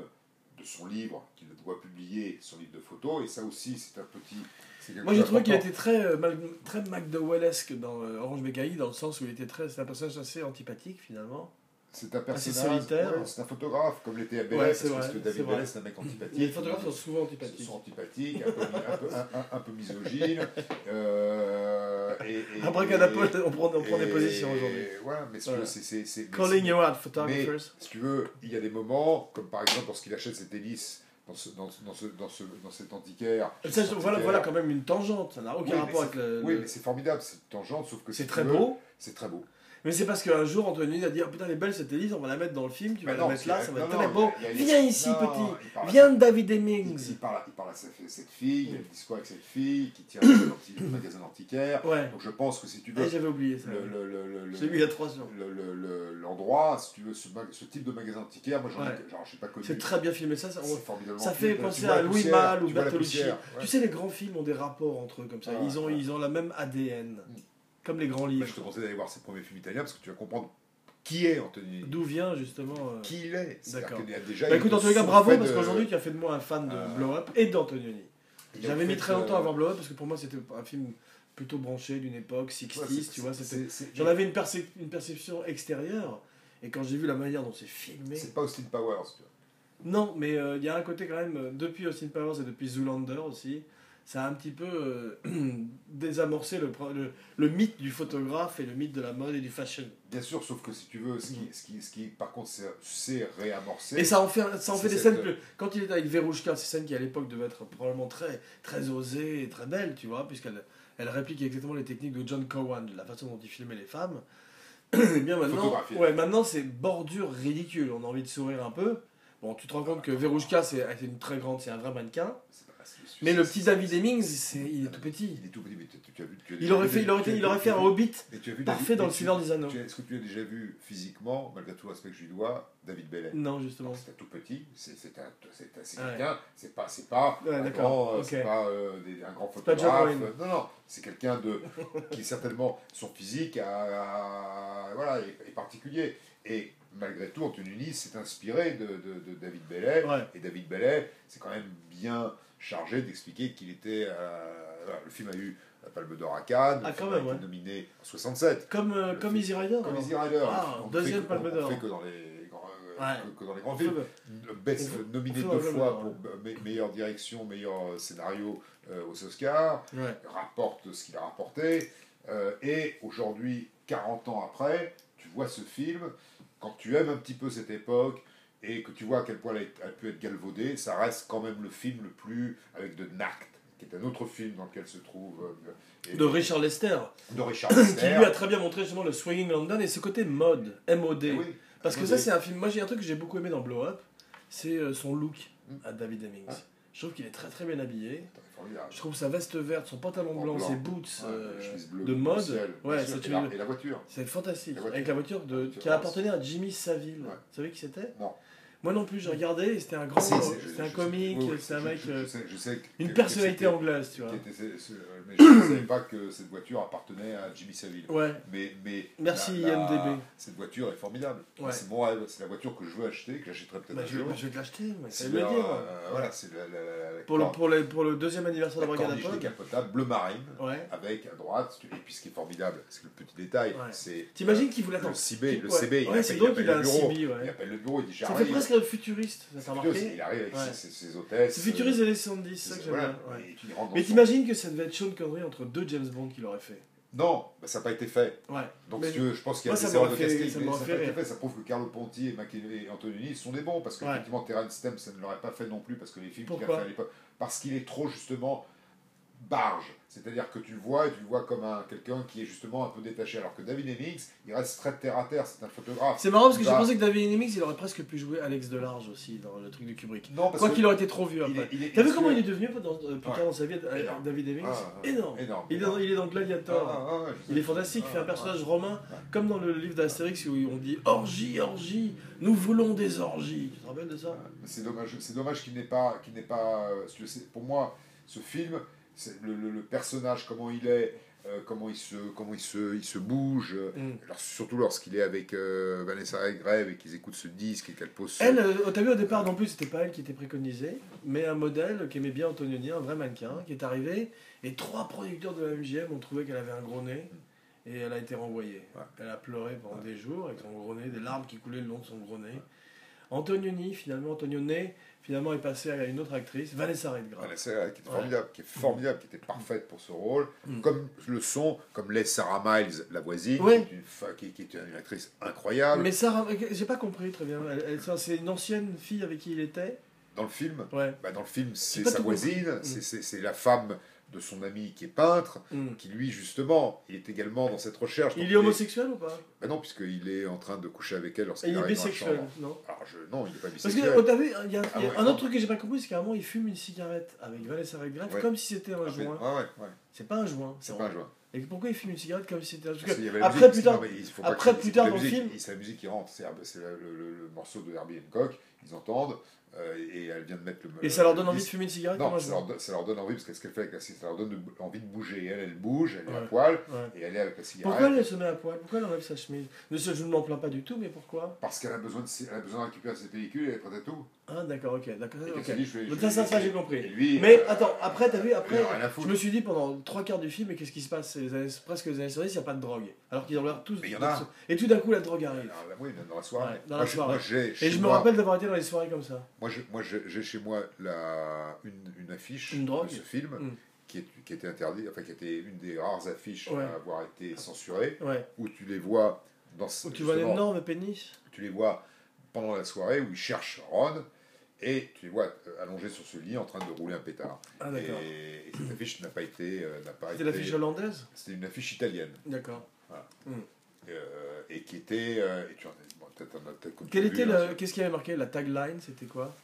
S2: de son livre qu'il doit publier, son livre de photos, et ça aussi, c'est un petit. c'est quelque
S1: Moi, j'ai
S2: chose
S1: trouvé qu'il
S2: d'important.
S1: était très, euh, mal- très McDowellesque dans euh, Orange Mécaille, dans le sens où il était très. C'est un personnage assez antipathique finalement.
S2: C'est un
S1: assez
S2: personnage.
S1: solitaire.
S2: ouais, c'est un photographe, comme l'était Abelais,
S1: Ouais,
S2: parce
S1: c'est
S2: que-
S1: vrai,
S2: parce que
S1: c'est
S2: David
S1: vrai.
S2: Abelais, c'est un mec antipathique.
S1: Les photographes sont souvent
S2: Ils
S1: antipathiques.
S2: sont antipathiques, un peu, un peu, un, un- un
S1: [LAUGHS]
S2: peu misogynes. euh, et, et,
S1: Après qu'à on prend, on prend des
S2: et-
S1: positions aujourd'hui.
S2: Voilà, mais si tu
S1: Voilà.
S2: veux, c'est- c'est. c'est- mais
S1: Calling
S2: c'est-
S1: you out, photographers.
S2: Si tu veux, il y a des moments, comme par exemple lorsqu'il achète cette hélice dans, ce, dans, ce- dans, ce- dans, ce- dans cet antiquaire.
S1: Ça,
S2: cet
S1: voilà,
S2: antiquaire.
S1: voilà quand même une tangente, ça n'a aucun
S2: Oui, mais
S1: rapport
S2: c'est-
S1: avec le.
S2: Oui,
S1: Euh, le-
S2: mais c'est formidable, c'est tangente, sauf que.
S1: c'est
S2: si
S1: très
S2: tu veux,
S1: beau,
S2: C'est très beau.
S1: mais c'est parce qu'un jour Anthony a dit Ah putain, elle est belle cette hélice, on va la mettre dans le film, tu
S2: Bah
S1: vas
S2: non,
S1: la mettre
S2: parce
S1: là,
S2: qu'il y a-
S1: ça va être
S2: non,
S1: très
S2: non,
S1: beau.
S2: il y a- il y a-
S1: Viens ici,
S2: non, il
S1: petit,
S2: parle à-
S1: viens de David
S2: Il,
S1: Hemmings.
S2: il parle, à- il parle à sa- cette fille, il a
S1: Oui.
S2: le discours avec cette fille
S1: [COUGHS]
S2: qui tire dans le magasin d'antiquaire.
S1: Ouais,
S2: Donc je pense que si tu
S1: Ah,
S2: veux.
S1: j'avais oublié ça.
S2: le- le- le- le-
S1: J'ai vu il y a trois ans.
S2: le- le- le- L'endroit, si tu veux, ce, mag- ce type de magasin antiquaire, moi j'en
S1: Ouais.
S2: ai- genre, je sais pas connu.
S1: C'est très bien filmé, ça. ça- on-
S2: C'est formidablement
S1: Ça fait
S2: filmé. Tu
S1: penser
S2: vois
S1: à
S2: la
S1: Louis
S2: poussière,
S1: Malle ou
S2: tu vois la
S1: Bertolucci.
S2: poussière, ouais.
S1: Tu sais, les grands films ont des rapports entre eux comme ça.
S2: Ah,
S1: Ils ont,
S2: ouais.
S1: ils ont la même ADN, comme les grands
S2: Bah, je te
S1: livres.
S2: conseille d'aller voir ses premiers films italiens parce que tu vas comprendre qui est Antonioni
S1: D'où vient justement. euh,
S2: Qui il est C'est-à-dire
S1: D'accord.
S2: qu'il y a déjà
S1: Bah
S2: une
S1: écoute, en tous les cas,
S2: source
S1: bravo,
S2: faite
S1: parce
S2: de-
S1: qu'aujourd'hui, tu as fait de moi un fan de
S2: euh,
S1: Blow Up et d'Antonioni.
S2: il y a
S1: J'avais
S2: en
S1: mis
S2: fait,
S1: très longtemps
S2: euh,
S1: avant Blow Up, parce que pour moi, c'était un film plutôt branché d'une époque, 60s,
S2: ouais, c'est-
S1: tu vois.
S2: c'est-
S1: c'était-
S2: c'est-
S1: J'en avais une, percep- une perception extérieure, et quand j'ai vu la manière dont c'est filmé.
S2: C'est pas Austin Powers. tu vois.
S1: Non, mais euh, il y a un côté quand même, euh, depuis Austin Powers et depuis Zoolander aussi, ça a un petit peu euh, [CLEARS THROAT] désamorcé le, pro- le, le mythe du photographe et le mythe de la mode et du fashion.
S2: Bien sûr, sauf que si tu veux, ce qui, ce qui, ce qui par contre, c'est- c'est réamorcé.
S1: Et ça en fait, ça en
S2: c'est
S1: fait des
S2: cette- euh,
S1: scènes plus. Quand il était avec Verouchka, ces scènes qui à l'époque devaient être probablement très, très osées et très belles, tu vois, puisqu'elle elle réplique exactement les techniques de John Cowan, la façon dont il filmait les femmes. [CLEARS THROAT] Et bien maintenant,
S2: Photographié.
S1: ouais, maintenant c'est bordure ridicule, on a envie de sourire un peu. Bon, tu te rends compte que Verouchka, c'est c'est une très grande, c'est un vrai mannequin.
S2: C'est pas- c'est-
S1: Mais
S2: c'est-
S1: le petit David Hemmings, c'est- il est tout petit.
S2: Il est tout petit, mais tu, tu as vu. tu as
S1: Il
S2: déjà
S1: aurait
S2: vu
S1: fait,
S2: des-
S1: il aurait
S2: tu as-
S1: été- il
S2: tu as
S1: aurait fait
S2: vu-
S1: un Hobbit
S2: mais tu as vu
S1: parfait
S2: David-
S1: dans
S2: mais
S1: le
S2: tu-
S1: Seigneur des Anneaux.
S2: tu as- Est-ce que tu as déjà vu physiquement, malgré tout le respect que je lui dois, David Bellet
S1: Non, justement.
S2: C'est un tout petit, c'est c'est un, c'est un- c'est
S1: Ouais.
S2: quelqu'un, c'est pas, c'est pas,
S1: Ouais,
S2: un,
S1: d'accord,
S2: grand, euh,
S1: ok.
S2: c'est pas euh, des- un grand
S1: pas John
S2: photographe.
S1: Wayne.
S2: Non, non, c'est quelqu'un de qui certainement son physique a- a- voilà, est, est particulier. Et malgré tout, Antonini s'est inspiré de, de- de David Bellet.
S1: Ouais.
S2: Et David Bellet, c'est quand même bien chargé d'expliquer qu'il était. euh, voilà, le film a eu la Palme d'Or à Cannes,
S1: Ah,
S2: le
S1: quand
S2: film a
S1: même,
S2: été
S1: ouais.
S2: nominé en 67.
S1: Comme, euh,
S2: Le
S1: comme
S2: film-
S1: Easy Rider.
S2: Comme
S1: alors.
S2: Easy Rider,
S1: Ah,
S2: on
S1: deuxième
S2: fait, que-
S1: Palme
S2: on- on
S1: d'Or.
S2: fait que dans les grands, euh,
S1: Ouais.
S2: que dans les grands films. Best,
S1: On fait-
S2: nominé
S1: on fait
S2: deux
S1: un jeu
S2: fois
S1: d'honneur,
S2: pour me- meilleure direction, meilleur euh, scénario euh, aux Oscars,
S1: Ouais.
S2: rapporte ce qu'il a rapporté, euh, et aujourd'hui, 40 ans après, tu vois ce film, quand tu aimes un petit peu cette époque, et que tu vois à quel point elle a- a pu être galvaudée, ça reste quand même le film le plus, avec de Nacht, qui est un autre film dans lequel se trouve... euh, et-
S1: De Richard Lester,
S2: de
S1: [COUGHS]
S2: Richard
S1: qui
S2: Lester.
S1: lui a très bien montré justement le swinging London et ce côté mode, MOD.
S2: Eh oui,
S1: Parce que
S2: MOD.
S1: ça, c'est un film. Moi, j'ai un truc que j'ai beaucoup aimé dans Blow Up, c'est euh, son look
S2: Mm.
S1: à David Hemmings.
S2: Ouais.
S1: Je trouve qu'il est très très bien habillé.
S2: Formidable.
S1: Je trouve sa veste verte, son pantalon
S2: En
S1: blanc,
S2: blanc.
S1: ses boots
S2: Ouais,
S1: euh,
S2: les chemises bleues,
S1: de
S2: le
S1: mode.
S2: ciel, bien
S1: ouais,
S2: sûr,
S1: c'est
S2: et, la, et la voiture.
S1: C'est fantastique.
S2: La voiture.
S1: Avec la voiture de,
S2: La
S1: qui a
S2: voiture.
S1: appartenait à Jimmy Savile.
S2: Ouais.
S1: Vous savez qui c'était
S2: Non.
S1: Moi non plus, j'ai regardé et c'était un grand.
S2: Si, si, je-
S1: c'était Oh, un
S2: je-
S1: comique,
S2: oui, oui,
S1: c'était un
S2: Oh, je-
S1: mec.
S2: je- je
S1: euh,
S2: sais- je sais que- que-
S1: une
S2: que
S1: personnalité
S2: c'était-
S1: anglaise, tu vois.
S2: qui était- c'est- c'est- euh, mais je
S1: [COUGHS]
S2: ne savais pas que cette voiture appartenait à Jimmy Savile.
S1: Ouais.
S2: Mais, mais
S1: Merci, IMDb.
S2: Cette voiture est formidable.
S1: Ouais.
S2: C'est mon rêve, c'est la voiture que je veux acheter, que j'achèterai peut-être
S1: Bah,
S2: un
S1: je,
S2: jour.
S1: bah, je vais te l'acheter, mais ça
S2: C'est
S1: veut le
S2: leur,
S1: dire.
S2: euh, voilà, c'est la, la, la, la-
S1: Pour, le,
S2: la-
S1: pour, les- pour le deuxième anniversaire
S2: la
S1: de Brigade
S2: corniche
S1: Apple.
S2: décapotable bleu marine,
S1: Ouais.
S2: avec à droite, et puis ce qui est formidable, c'est que le petit détail,
S1: Ouais.
S2: c'est
S1: T'imagines qu'il voulait
S2: euh, le
S1: attendre
S2: CB, le
S1: Ouais.
S2: CB, il
S1: Ouais, c'est
S2: appelle, il
S1: drôle qu'il
S2: appelle
S1: a
S2: le
S1: un
S2: bureau,
S1: CB, ouais.
S2: il appelle le bureau, il dit
S1: Ça fait
S2: j'arrive,
S1: presque futuriste, ça t'a
S2: C'est curieux, c'est-
S1: remarqué
S2: il arrive avec
S1: Ouais.
S2: ses, ses- ses hôtesses.
S1: C'est futuriste des années 70, c'est
S2: euh,
S1: ça que
S2: c'est-
S1: j'aime
S2: voilà,
S1: bien. ouais.
S2: et puis il rentre dans
S1: Mais
S2: son-
S1: t'imagines que ça devait être Sean Connery entre deux James Bond qu'il aurait fait
S2: Non, bah, ça n'a pas été fait.
S1: Ouais.
S2: Donc,
S1: Mais-
S2: si tu veux, je pense qu'il y a
S1: Moi, ça
S2: des erreurs de
S1: m'aurait fait-
S2: casting,
S1: ça
S2: mais ça
S1: m'aurait
S2: n'a
S1: fait
S2: pas été
S1: rire.
S2: fait. Ça prouve que Carlo Ponti et, McKinley et Antonini sont des bons, parce
S1: Ouais.
S2: qu'effectivement, Terence Stamps ça ne l'aurait pas fait non plus, parce que les films qu'il a fait
S1: Pourquoi
S2: à l'époque. Parce qu'il est trop, justement, barge. C'est-à-dire que tu le vois, et tu le vois comme un, quelqu'un qui est justement un peu détaché. Alors que David Hemmings, il reste très terre à terre, c'est un photographe.
S1: C'est marrant parce que j'ai
S2: Bah.
S1: pensé que David Hemmings il aurait presque pu jouer Alex Delarge aussi dans le truc de Kubrick.
S2: Non, parce
S1: Quoi
S2: que-
S1: qu'il aurait été trop vieux
S2: il est-
S1: après.
S2: il est-
S1: T'as vu
S2: il est-
S1: comment il est devenu dans- euh, plus
S2: Ouais.
S1: tard dans sa vie, euh,
S2: Énorme.
S1: David Hemmings
S2: Ah, ouais.
S1: Énorme.
S2: Énorme.
S1: Il est dans, il est dans
S2: Ah,
S1: Gladiator.
S2: ah, ah, je sais.
S1: Il est fantastique, il fait
S2: Ah,
S1: un
S2: ah.
S1: personnage romain,
S2: Ouais.
S1: comme dans le livre d'Astérix où on dit orgie, orgie, nous voulons des orgies. Tu te rappelles de ça
S2: Euh, C'est dommage, c'est dommage qu'il n'ait pas, qu'il n'ait pas. euh, tu sais, Pour moi, ce film, c'est le, le- le personnage, comment il est, euh, comment il se, comment il se, il se bouge. euh,
S1: Mm.
S2: alors, surtout lorsqu'il est avec euh, Vanessa Redgrave et qu'ils écoutent ce disque et qu'elle pose. ce-
S1: Elle, euh, t'as vu au départ non plus, c'était pas elle qui était préconisée, mais un modèle qu'aimait bien Antonioni, un vrai mannequin, qui est arrivé, et trois producteurs de la MGM ont trouvé qu'elle avait un gros nez, et elle a été renvoyée.
S2: Ouais.
S1: Elle a pleuré pendant des jours avec son gros nez, des larmes qui coulaient le long de son gros nez. Antonioni, finalement, Antonioni, finalement est passé à une autre actrice, Vanessa Redgrave.
S2: Vanessa Redgrave, qui était
S1: Ouais.
S2: formidable, qui est formidable, qui était parfaite pour ce rôle,
S1: Mm.
S2: comme le son, comme l'est Sarah Miles, la voisine,
S1: Ouais.
S2: qui, est une, fa- qui- qui est une actrice incroyable.
S1: Mais Sarah, j'ai pas compris très bien, Elle- elle- ça, c'est une ancienne fille avec qui il était
S2: Dans le film,
S1: Ouais.
S2: bah, dans le film, c'est
S1: pas
S2: sa
S1: tout compris.
S2: voisine,
S1: Mm.
S2: c'est- c'est c'est la femme de son ami qui est peintre.
S1: Hmm.
S2: qui lui justement il est également dans cette recherche. Donc,
S1: Il est homosexuel ou pas
S2: Bah non, puisqu'il est en train de coucher avec elle
S1: Et
S2: lorsqu'il
S1: il est
S2: arrive dans la
S1: bisexuel,
S2: chambre.
S1: non
S2: Alors je... non, il n'est pas
S1: Parce que,
S2: bisexuel.
S1: oh, t'as vu, il y a, il y a
S2: Ah ouais,
S1: un
S2: non.
S1: autre truc que j'ai pas compris, c'est qu'à un moment, il fume une cigarette avec Vanessa Redgrave
S2: Ouais.
S1: comme si c'était un
S2: Ah, mais-
S1: joint.
S2: ouais, ouais, ouais.
S1: C'est pas un joint.
S2: C'est pas Ah, un joint.
S1: Et pourquoi il fume une cigarette comme si c'était un joint
S2: Parce qu'il y avait la
S1: Après,
S2: musique,
S1: plus tard,
S2: non, mais il faut pas
S1: après,
S2: que-
S1: plus tard
S2: la
S1: dans le
S2: musique-
S1: film-
S2: C'est la musique qui rentre. C'est c'est le, le- le morceau de Herbie Hancock. Ils entendent euh, et elle vient de mettre le.
S1: Et ça leur
S2: le
S1: donne envie de
S2: disque.
S1: fumer une cigarette
S2: Non,
S1: comme un
S2: ça
S1: joint.
S2: leur, donne- ça leur donne envie, parce qu'est-ce qu'elle fait avec la cigarette Ça leur donne de- envie de bouger. Elle, elle bouge, elle est à
S1: Ouais.
S2: poil,
S1: Ouais.
S2: et elle est avec la cigarette.
S1: Pourquoi elle se met à poil Pourquoi elle enlève sa chemise Ne se- Je ne m'en plains pas du tout, mais pourquoi
S2: Parce qu'elle a, besoin de, elle a besoin de récupérer ses pellicules, et elle est tout.
S1: Ah, d'accord, ok, d'accord.
S2: Et
S1: ok.
S2: qu'elle se dit, je vais- je
S1: Donc
S2: vais-
S1: ça, ça, ça, j'ai
S2: Et
S1: compris.
S2: lui,
S1: Mais
S2: euh,
S1: attends, après, t'as vu, après,
S2: il en a rien à
S1: je
S2: foutre.
S1: me suis dit pendant trois quarts du film, mais qu'est-ce qui se passe C'est les années- presque les années 70, il n'y a pas de drogue. Alors qu'ils ont l'air tous.
S2: Mais il y en a.
S1: Et tout d'un coup, la drogue arrive.
S2: Alors là, Ah, oui, dans la soirée.
S1: Ouais, dans la
S2: Moi, j'ai-
S1: soirée.
S2: moi, j'ai
S1: Et
S2: chez
S1: je me
S2: moi-
S1: rappelle d'avoir été dans les soirées comme ça.
S2: Moi, je- moi, je- j'ai chez moi la, une, une affiche
S1: Une drogue.
S2: de ce film
S1: Mm.
S2: qui, est- qui était interdit, enfin qui était une des rares affiches
S1: Ouais.
S2: à avoir été censurée,
S1: Ouais.
S2: où tu les vois dans ce-
S1: Où tu vois
S2: justement,
S1: l'énorme pénis.
S2: tu les vois pendant la soirée où ils cherchent Ron et tu les vois euh, allongés sur ce lit en train de rouler un pétard.
S1: Ah, d'accord.
S2: et, et cette affiche n'a pas été, euh, n'a pas
S1: C'était
S2: été-
S1: l'affiche hollandaise
S2: C'était une affiche italienne
S1: D'accord.
S2: euh, et qui était euh, et tu en as- bon, t'en as peut-être comme tu
S1: Quel
S2: as
S1: était
S2: vu, hein,
S1: le... Qu'est-ce qui avait marqué La tagline, c'était quoi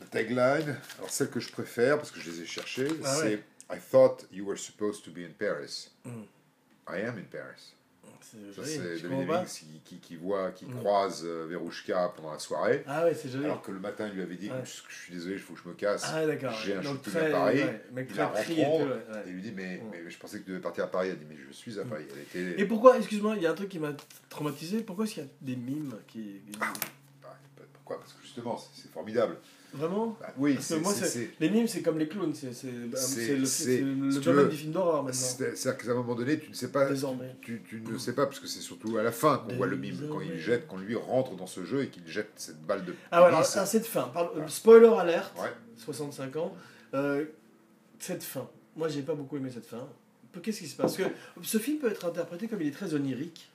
S2: La tagline, alors celle que je préfère, parce que je les ai cherchées,
S1: Ah
S2: c'est I thought you were supposed to be in Paris.
S1: Mm.
S2: I am in Paris.
S1: C'est
S2: Ça,
S1: joli,
S2: c'est
S1: je comprends
S2: David
S1: pas.
S2: Hemmings qui, qui, qui voit, qui
S1: Mm.
S2: croise euh, Verouchka pendant la soirée,
S1: Ah ouais, c'est joli.
S2: alors que le matin, il lui avait dit
S1: Ouais.
S2: Je je suis désolé, il faut que je me casse.
S1: Ah d'accord.
S2: J'ai un
S1: Donc
S2: shooting
S1: très,
S2: à Paris,
S1: ouais, mec
S2: il
S1: très
S2: la
S1: pris et tout.
S2: rencontre,
S1: ouais, ouais.
S2: Et il lui dit mais,
S1: Mm.
S2: mais je pensais que tu devais partir à Paris. Elle dit Mais je suis à Paris. Elle était.
S1: Et pourquoi, excuse-moi, il y a un truc qui m'a traumatisé, pourquoi est-ce qu'il y a des mimes qui...
S2: Bah, Pourquoi Parce que justement, c'est c'est formidable.
S1: Vraiment
S2: Bah, oui,
S1: Parce que
S2: c'est-
S1: moi,
S2: c'est- c'est.
S1: Les mimes, c'est comme les clowns, c'est c'est- bah,
S2: C'est-
S1: c'est le,
S2: c'est-
S1: c'est le
S2: si tu
S1: domaine
S2: veux,
S1: des films d'horreur maintenant.
S2: Ah, C'est- C'est-à-dire qu'à un moment donné, tu ne sais pas.
S1: Désormais.
S2: Tu, tu ne sais pas, parce que c'est surtout à la fin qu'on voit le mime, quand il jette, quand lui rentre dans ce jeu et qu'il jette cette balle de.
S1: Ah voilà,
S2: tennis.
S1: ça c'est de fin. Pardon, euh,
S2: Ouais.
S1: Spoiler alerte,
S2: Ah. Ouais.
S1: 65 ans. Euh, cette fin, moi j'ai pas beaucoup aimé cette fin. Peu- Qu'est-ce qui se passe Parce que ce film peut être interprété comme il est très onirique,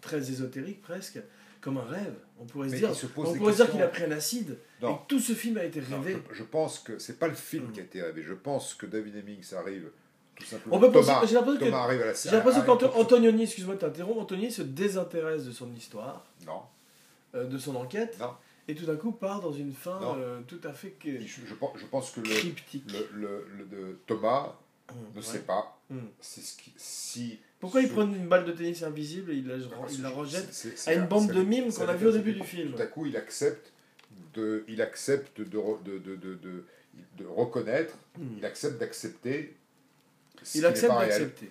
S1: très ésotérique presque, comme un rêve. On pourrait se
S2: Mais
S1: dire,
S2: il se pose
S1: on
S2: des
S1: pourrait se dire
S2: questions.
S1: qu'il a pris un acide, et
S2: Non,
S1: que tout ce film a été
S2: non,
S1: rêvé.
S2: je, je pense que c'est pas le film
S1: Mm.
S2: qui a été rêvé. Je pense que David Hemmings arrive tout simplement.
S1: On peut penser-
S2: Thomas,
S1: j'ai l'impression que-
S2: Thomas arrive à la
S1: J'ai l'impression
S2: arrive-
S1: qu'Antonioni, excuse-moi de t'interrompre, Antonioni se désintéresse de son histoire,
S2: Non,
S1: euh, de son enquête,
S2: non.
S1: et tout d'un coup part dans une fin
S2: Non.
S1: euh, tout à fait que-
S2: Je, je pense- je pense que le,
S1: cryptique.
S2: le- le- le- de- Thomas ne
S1: Ouais.
S2: sait pas
S1: Mm.
S2: si. ce qui- si
S1: Pourquoi il
S2: ce-
S1: prend une balle de tennis invisible et il la,
S2: Parce
S1: il
S2: que
S1: la
S2: je-
S1: rejette
S2: c'est- c'est-
S1: à une
S2: c'est-
S1: bande
S2: c'est-
S1: de mimes
S2: c'est-
S1: qu'on a
S2: c'est-
S1: vu au
S2: c'est-
S1: début du film
S2: Tout à coup, il accepte de, il accepte de, re- de, de, de, de- de reconnaître,
S1: Hmm.
S2: il accepte d'accepter. ce qui
S1: Il
S2: n'est
S1: accepte
S2: pas réel.
S1: d'accepter.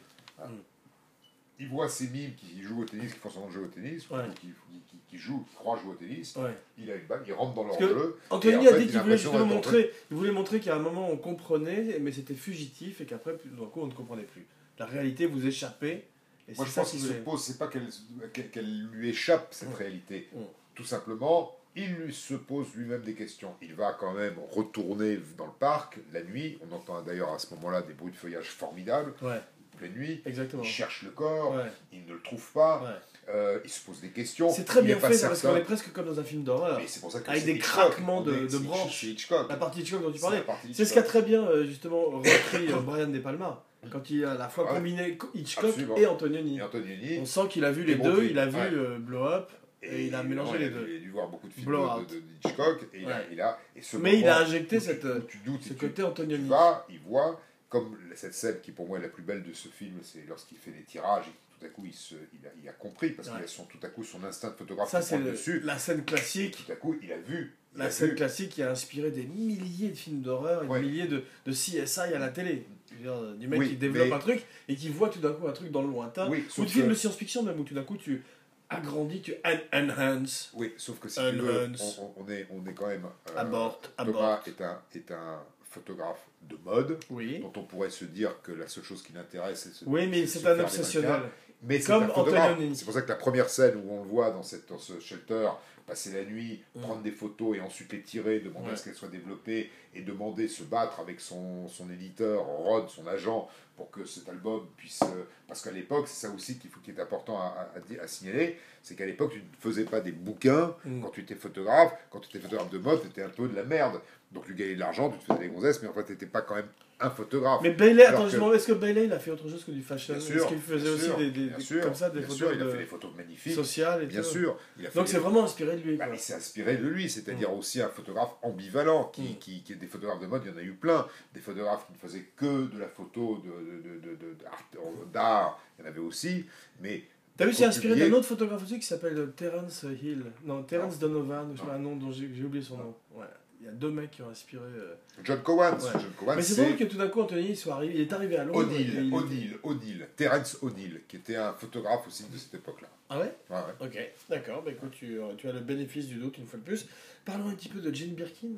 S2: Il voit ces mimes qui jouent au tennis, qui font semblant de jouer au tennis, ou
S1: Ouais.
S2: qui, qui, qui- qui jouent, qui croient jouer au tennis.
S1: Ouais.
S2: Il a une balle, il rentre dans leur
S1: Parce que
S2: jeu.
S1: Anthony
S2: Et en
S1: a
S2: fait,
S1: dit
S2: il
S1: qu'il
S2: a
S1: voulait
S2: l'impression
S1: justement
S2: d'être
S1: montrer, il voulait montrer qu'à un moment on comprenait, mais c'était fugitif et qu'après, plus- d'un coup, on ne comprenait plus. La réalité vous échappait. Et
S2: Moi,
S1: c'est
S2: je
S1: ça
S2: pense
S1: qui
S2: qu'il
S1: se
S2: se pose, c'est pas qu'elle qu'elle- qu'elle lui échappe cette
S1: Hmm.
S2: réalité.
S1: Hmm.
S2: Tout simplement, il lui se pose lui-même des questions. Il va quand même retourner dans le parc la nuit. On entend d'ailleurs à ce moment-là des bruits de feuillage formidables,
S1: Ouais,
S2: la nuit.
S1: exactement.
S2: Il cherche le corps,
S1: Ouais,
S2: il ne le trouve pas,
S1: ouais.
S2: euh, il se pose des questions.
S1: C'est très
S2: il
S1: bien
S2: est
S1: fait
S2: pas
S1: ça, parce qu'on
S2: certain.
S1: est presque comme dans un film d'horreur.
S2: Mais c'est pour ça que
S1: Avec
S2: c'est
S1: des
S2: Hitchcock,
S1: craquements de-
S2: on est-
S1: de
S2: c'est
S1: branches.
S2: Hitch- c'est Hitchcock.
S1: La partie de Hitchcock dont tu parlais.
S2: C'est la partie
S1: C'est ce qu'a
S2: Hitchcock.
S1: très bien euh, justement repris euh, Brian De Palma quand il a à la fois
S2: Ouais.
S1: combiné Hitchcock
S2: Absolument.
S1: et Antonioni.
S2: Et Antonioni,
S1: On sent qu'il a vu les
S2: Et
S1: deux,
S2: Brontë.
S1: il a vu
S2: Ouais.
S1: euh, Blow Up, et il a mélangé
S2: il
S1: les deux.
S2: Il a dû voir beaucoup de films
S1: Blowout.
S2: de, de- de Hitchcock, et il, a,
S1: Ouais.
S2: il a- et ce
S1: mais il a
S2: moment
S1: injecté
S2: où tu-
S1: cette,
S2: où
S1: euh,
S2: tu doutes, et
S1: ce
S2: tu-
S1: côté
S2: il
S1: Antonioni.
S2: va, il voit, comme cette scène qui pour moi est la plus belle de ce film, c'est lorsqu'il fait des tirages et que tout à coup il, se, il, a, il a compris, parce
S1: Ouais.
S2: qu'il a son, tout à coup son instinct de photographe
S1: Ça,
S2: qui
S1: c'est
S2: prend le
S1: le-
S2: dessus,
S1: la scène
S2: et
S1: classique.
S2: tout à coup il a vu. il
S1: La
S2: a
S1: scène
S2: vu.
S1: classique qui a inspiré des milliers de films d'horreur et
S2: Ouais.
S1: des milliers de, de CSI à la télé. Je veux dire, euh, du mec
S2: Oui,
S1: qui développe
S2: mais-
S1: un truc et qui voit tout d'un coup un truc dans le lointain.
S2: Oui,
S1: Ou
S2: sauf
S1: de films
S2: que-
S1: de science-fiction même où tout d'un coup tu agrandis, tu en- enhance,
S2: Oui, sauf que si
S1: Un
S2: tu veux,
S1: Hans.
S2: on, on- on est, on est quand même. euh,
S1: aborte,
S2: Thomas
S1: aborte.
S2: est un, est un photographe de mode,
S1: Oui.
S2: dont on pourrait se dire que la seule chose qui l'intéresse, c'est se-
S1: Oui, mais
S2: se
S1: c'est
S2: faire
S1: un
S2: des
S1: obsessionnel.
S2: mannequins. Mais c'est
S1: Comme
S2: un photographe.
S1: Antonioni.
S2: C'est pour ça que la première scène où on le voit dans, cette, dans ce shelter, passer la nuit,
S1: Mm.
S2: prendre des photos et ensuite les tirer, demander
S1: Ouais.
S2: à ce qu'elles soient développées et demander, se battre avec son, son éditeur, Rod, son agent, pour que cet album puisse. euh, Parce qu'à l'époque, c'est ça aussi qu'il faut, qui est important à, à- à di- à signaler c'est qu'à l'époque, tu ne faisais pas des bouquins
S1: Mm.
S2: quand tu étais photographe. Quand tu étais photographe de mode, tu étais un peu de la merde. Donc tu gagnais de l'argent, tu te faisais des gonzesses, mais en fait, tu n'étais pas quand même un photographe.
S1: Mais Bailey,
S2: Alors
S1: attends,
S2: que-
S1: je me demande, est-ce que Bailey il a fait autre chose que du fashion
S2: Bien
S1: Est-ce
S2: sûr,
S1: qu'il faisait
S2: bien
S1: aussi
S2: sûr,
S1: des, des-
S2: bien
S1: des-
S2: sûr,
S1: comme ça des
S2: bien
S1: photos
S2: sûr, il a
S1: de-
S2: fait des photos magnifiques.
S1: sociales et
S2: Bien
S1: tout
S2: sûr, il a fait
S1: Donc
S2: des-
S1: c'est vraiment inspiré de lui.
S2: Bah,
S1: quoi.
S2: il s'est inspiré de lui, c'est-à-dire aussi un photographe ambivalent, qui,
S1: Mm.
S2: qui, qui est des photographes de mode, il y en a eu plein, des photographes qui ne faisaient que de la photo de- de- de- de- de- d'art- d'art, il y en avait aussi, mais
S1: T'as vu, c'est inspiré
S2: publié-
S1: d'un autre photographe aussi qui s'appelle euh, Terence Hill. Non, Terence Donovan, je sais pas, un nom dont j'ai j'ai oublié son nom. Ouais. Il y a deux mecs qui ont inspiré. euh,
S2: John Cowan,
S1: Ouais.
S2: John Cowan,
S1: Mais c'est drôle
S2: Ah, c'est
S1: que tout d'un coup, Anthony soit arrivé, il est arrivé à Londres. et
S2: O'Neill,
S1: il-
S2: O'Neill, O'Neill, Terence O'Neill, qui était un photographe aussi de cette époque-là.
S1: Ah ouais
S2: Ouais, ouais.
S1: Ok, d'accord. Bah écoute, tu, euh, tu as le bénéfice du doute une fois de plus. Parlons un petit peu de Jane Birkin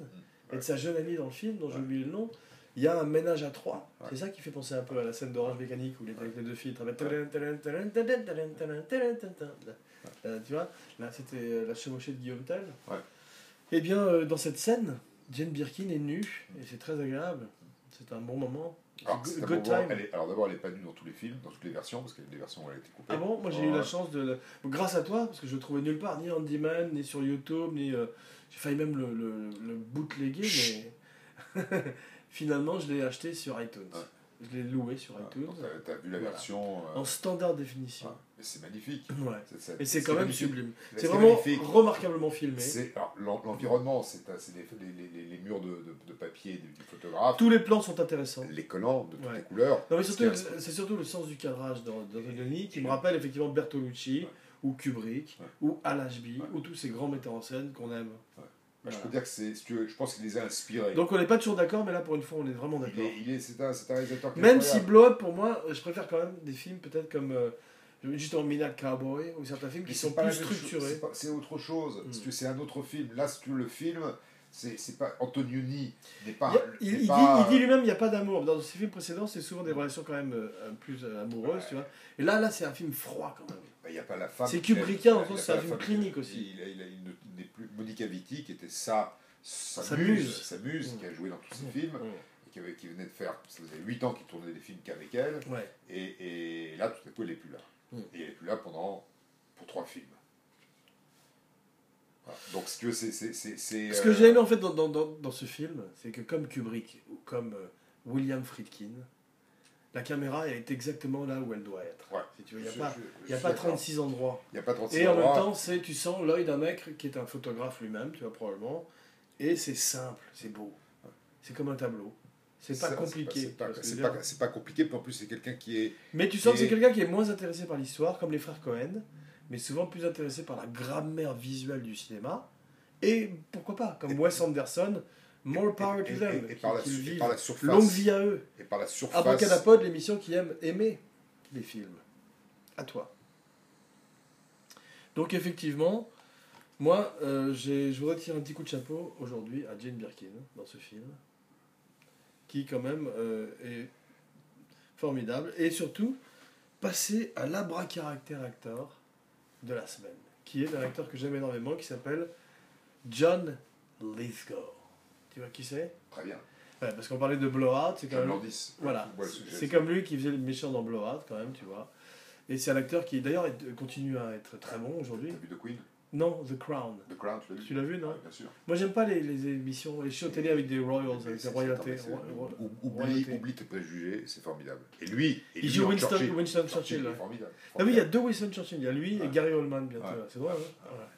S1: et de sa jeune amie dans le film, dont j'ai
S2: Mm. Ouais.
S1: oublié le nom. Il y a un ménage à trois.
S2: Ouais.
S1: C'est ça qui fait penser un peu à la scène d'Orange Mécanique où il est avec les deux filles. ils travaillent talan, talan, talan, talan, talan, talan, talan, talan. Euh, Tu vois Là, c'était euh, la chevauchée de Guillaume Tell.
S2: Ouais.
S1: Eh bien, euh, dans cette scène, Jane Birkin est nue et c'est très agréable. C'est un bon moment.
S2: Alors,
S1: C'est
S2: c'est
S1: good-
S2: un
S1: good
S2: moment-
S1: time.
S2: elle est- alors d'abord, elle n'est pas nue dans tous les films, dans toutes les versions, parce qu'il y a des versions où elle a été coupée.
S1: Ah bon Moi j'ai eu
S2: Ouais.
S1: la chance de. la- Grâce à toi, parce que je le trouvais nulle part, ni Handyman, ni sur YouTube, ni. euh, J'ai failli même le, le, le bootleguer, mais. [LAUGHS] Finalement, je l'ai acheté sur iTunes.
S2: Ouais.
S1: Je l'ai loué sur
S2: Ouais,
S1: iTunes.
S2: donc t'as- T'as vu la
S1: Voilà.
S2: version. euh,
S1: En standard
S2: ouais.
S1: définition.
S2: Mais c'est magnifique.
S1: Ouais.
S2: Cette scène.
S1: Et c'est quand même
S2: magnifique.
S1: sublime.
S2: C'est
S1: C'est vraiment
S2: magnifique.
S1: remarquablement filmé.
S2: C'est- alors, l'en- L'environnement, c'est un- c'est les, les- les- les murs de, de- de papier du, du photographe,
S1: Tous les plans sont intéressants.
S2: les collants de toutes
S1: Ouais.
S2: les couleurs.
S1: Non, mais surtout,
S2: Ce qui est-
S1: c'est surtout le sens du cadrage dans, dans Antonioni qui me rappelle effectivement Bertolucci,
S2: Ouais.
S1: ou Kubrick,
S2: Ouais.
S1: ou Al Ashby,
S2: Ouais.
S1: ou tous ces grands metteurs en scène qu'on aime.
S2: Ouais. Bah,
S1: Voilà.
S2: Je peux dire que c'est. si tu veux, Je pense qu'il les a inspirés.
S1: Donc on n'est pas toujours d'accord, mais là pour une fois on est vraiment
S2: Il
S1: d'accord.
S2: est- il est- c'est un, c'est un réalisateur qui est
S1: Même si
S2: incroyable.
S1: Blow Up, pour moi, euh, je préfère quand même des films peut-être comme euh, justement Mina Cowboy ou certains films
S2: Mais
S1: qui
S2: c'est
S1: sont
S2: pas la
S1: plus
S2: même chose, c'est
S1: structurés.
S2: pas- C'est autre chose.
S1: Mm.
S2: Si tu veux, C'est un autre film. Là, si tu veux, le film, c'est c'est pas. Antonioni n'est pas.
S1: Il y a-
S2: n'est
S1: Il, il
S2: pas-
S1: dit, il dit lui-même, il n'y a pas d'amour. Dans ses films précédents, c'est souvent des relations quand même euh, euh, plus euh, amoureuses,
S2: Ouais.
S1: tu vois. Et là, là, c'est un film froid quand même.
S2: Bah, Il n'y a pas la femme.
S1: C'est
S2: qu'il aime,
S1: Kubrickien,
S2: il a-
S1: en fait,
S2: il a
S1: c'est
S2: pas
S1: un
S2: la
S1: film
S2: femme qu'il aime.
S1: clinique aussi.
S2: Il, a- il a- il ne- n'est plus Monica Vitti, qui était sa, sa,
S1: Sa
S2: muse,
S1: muse.
S2: sa muse,
S1: Mm.
S2: qui a joué dans tous ses
S1: Mm.
S2: films,
S1: Ouais.
S2: et qui, avait- qui venait de faire. Ça faisait 8 ans qu'il tournait des films qu'avec elle,
S1: Ouais.
S2: et, et là, tout à coup, elle n'est plus là.
S1: Mm.
S2: Et elle n'est plus là pendant. pour 3 films. Voilà. Donc, si tu veux, c'est. c'est- c'est- c'est,
S1: Ce
S2: euh,
S1: que j'ai aimé en fait dans, dans, dans, dans ce film, c'est que comme Kubrick ou comme euh, William Friedkin, la caméra elle est exactement là où elle doit être.
S2: euh, Ouais.
S1: Si tu veux, il n'y a,
S2: je-
S1: pas,
S2: je-
S1: il y a
S2: je
S1: pas
S2: suis d'accord.
S1: 36 endroits.
S2: Il n'y a pas 36
S1: Et en même
S2: endroits.
S1: temps, c'est tu sens l'œil d'un mec qui est un photographe lui-même, tu vois probablement, et c'est simple, c'est beau, c'est comme un tableau, c'est pas
S2: Ça,
S1: compliqué.
S2: C'est pas,
S1: tu vois ce que je
S2: c'est
S1: veux
S2: pas-
S1: dire.
S2: c'est pas compliqué, puis en plus, c'est quelqu'un qui est.
S1: Mais tu sens que c'est
S2: Et-
S1: quelqu'un qui est moins intéressé par l'histoire, comme les frères Cohen, mais souvent plus intéressé par la grammaire visuelle du cinéma, et pourquoi pas, comme
S2: Et-
S1: Wes Anderson, More Power
S2: et-
S1: to
S2: et-
S1: Them,
S2: et
S1: qui-
S2: par la
S1: qui le
S2: su- et
S1: vivent.
S2: par la surface.
S1: longue vie à eux.
S2: Et par la surface.
S1: Abracadapod, l'émission qui aime aimer les films. À toi. Donc effectivement, moi, euh, j'ai- je voudrais tirer un petit coup de chapeau aujourd'hui à Jane Birkin dans ce film, qui quand même euh, est formidable, et surtout passer à l'abracaractère acteur de la semaine, qui est un acteur que j'aime énormément, qui s'appelle John Lithgow. Tu vois qui c'est
S2: Très bien.
S1: Ouais, Parce qu'on parlait de Blowout, c'est quand
S2: Comme
S1: même
S2: Landis.
S1: voilà,
S2: Ouais, le sujet,
S1: c'est comme lui qui faisait le méchant dans Blowout, quand même, tu vois. Et c'est un acteur qui, d'ailleurs, est- continue à être très bon aujourd'hui.
S2: T'as vu The Queen
S1: Non, The Crown.
S2: The Crown, tu l'as vu
S1: Tu l'as vu, non
S2: Ouais, Bien sûr.
S1: Moi, j'aime pas les, les émissions, les shows télé avec des royals,
S2: Mais
S1: avec
S2: c'est-
S1: des royautés.
S2: c'est-
S1: Roy- roy-
S2: ou- Oublie,
S1: royauté.
S2: oublie tes préjugés, c'est formidable. Et lui, et
S1: Il
S2: lui
S1: joue
S2: en
S1: Winston,
S2: Churchill.
S1: Winston
S2: Churchill,
S1: Churchill.
S2: il est
S1: ouais.
S2: formidable.
S1: Ah oui, il y a deux Winston Churchill. Il y a lui
S2: Ouais.
S1: et Gary Oldman bientôt.
S2: Ouais.
S1: là, C'est drôle, hein Voilà.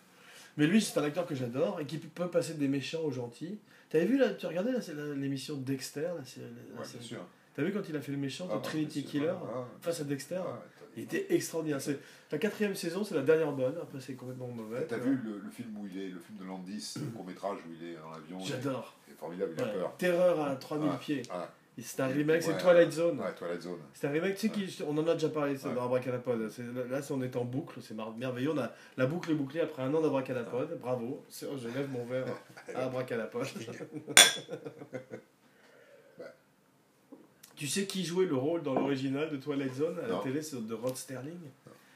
S1: Mais lui, c'est un acteur que j'adore et qui peut passer des méchants aux gentils. T'avais vu, là, tu regardais là, c'est la- l'émission Dexter la série- la
S2: Ouais, bien
S1: série-
S2: sûr.
S1: T'as vu quand il a fait le méchant de
S2: Ah,
S1: Trinity
S2: bien sûr,
S1: Killer
S2: ouais, ouais.
S1: face à Dexter
S2: Ah,
S1: Il
S2: t'as-
S1: était extraordinaire. C'est la quatrième saison, c'est la dernière bonne. Après, c'est complètement
S2: t'as-
S1: mauvais.
S2: T'as
S1: tu
S2: vu
S1: vois.
S2: le, le film où il est, le film de Landis, le court métrage où il est dans l'avion il-
S1: J'adore.
S2: C'est formidable, il a
S1: Ouais.
S2: peur.
S1: Terreur à 3000
S2: Ouais.
S1: pieds.
S2: Ah,
S1: Et C'est un remake, c'est
S2: Ouais,
S1: Twilight Zone.
S2: ouais, Twilight Zone.
S1: C'est un remake, tu sais, qui- on en a déjà parlé ça,
S2: Ouais.
S1: dans Abracadapod. C'est- Là, c'est- on est en boucle, c'est mar- merveilleux. On a, la boucle est bouclée après un an
S2: Ah.
S1: d'Abracadapod. Bravo. C'est- oh, je lève mon verre
S2: [LAUGHS]
S1: à Abracadapod. tu sais qui jouait le rôle dans l'original de Twilight Zone à la
S2: Non.
S1: télé C'est de Rod Sterling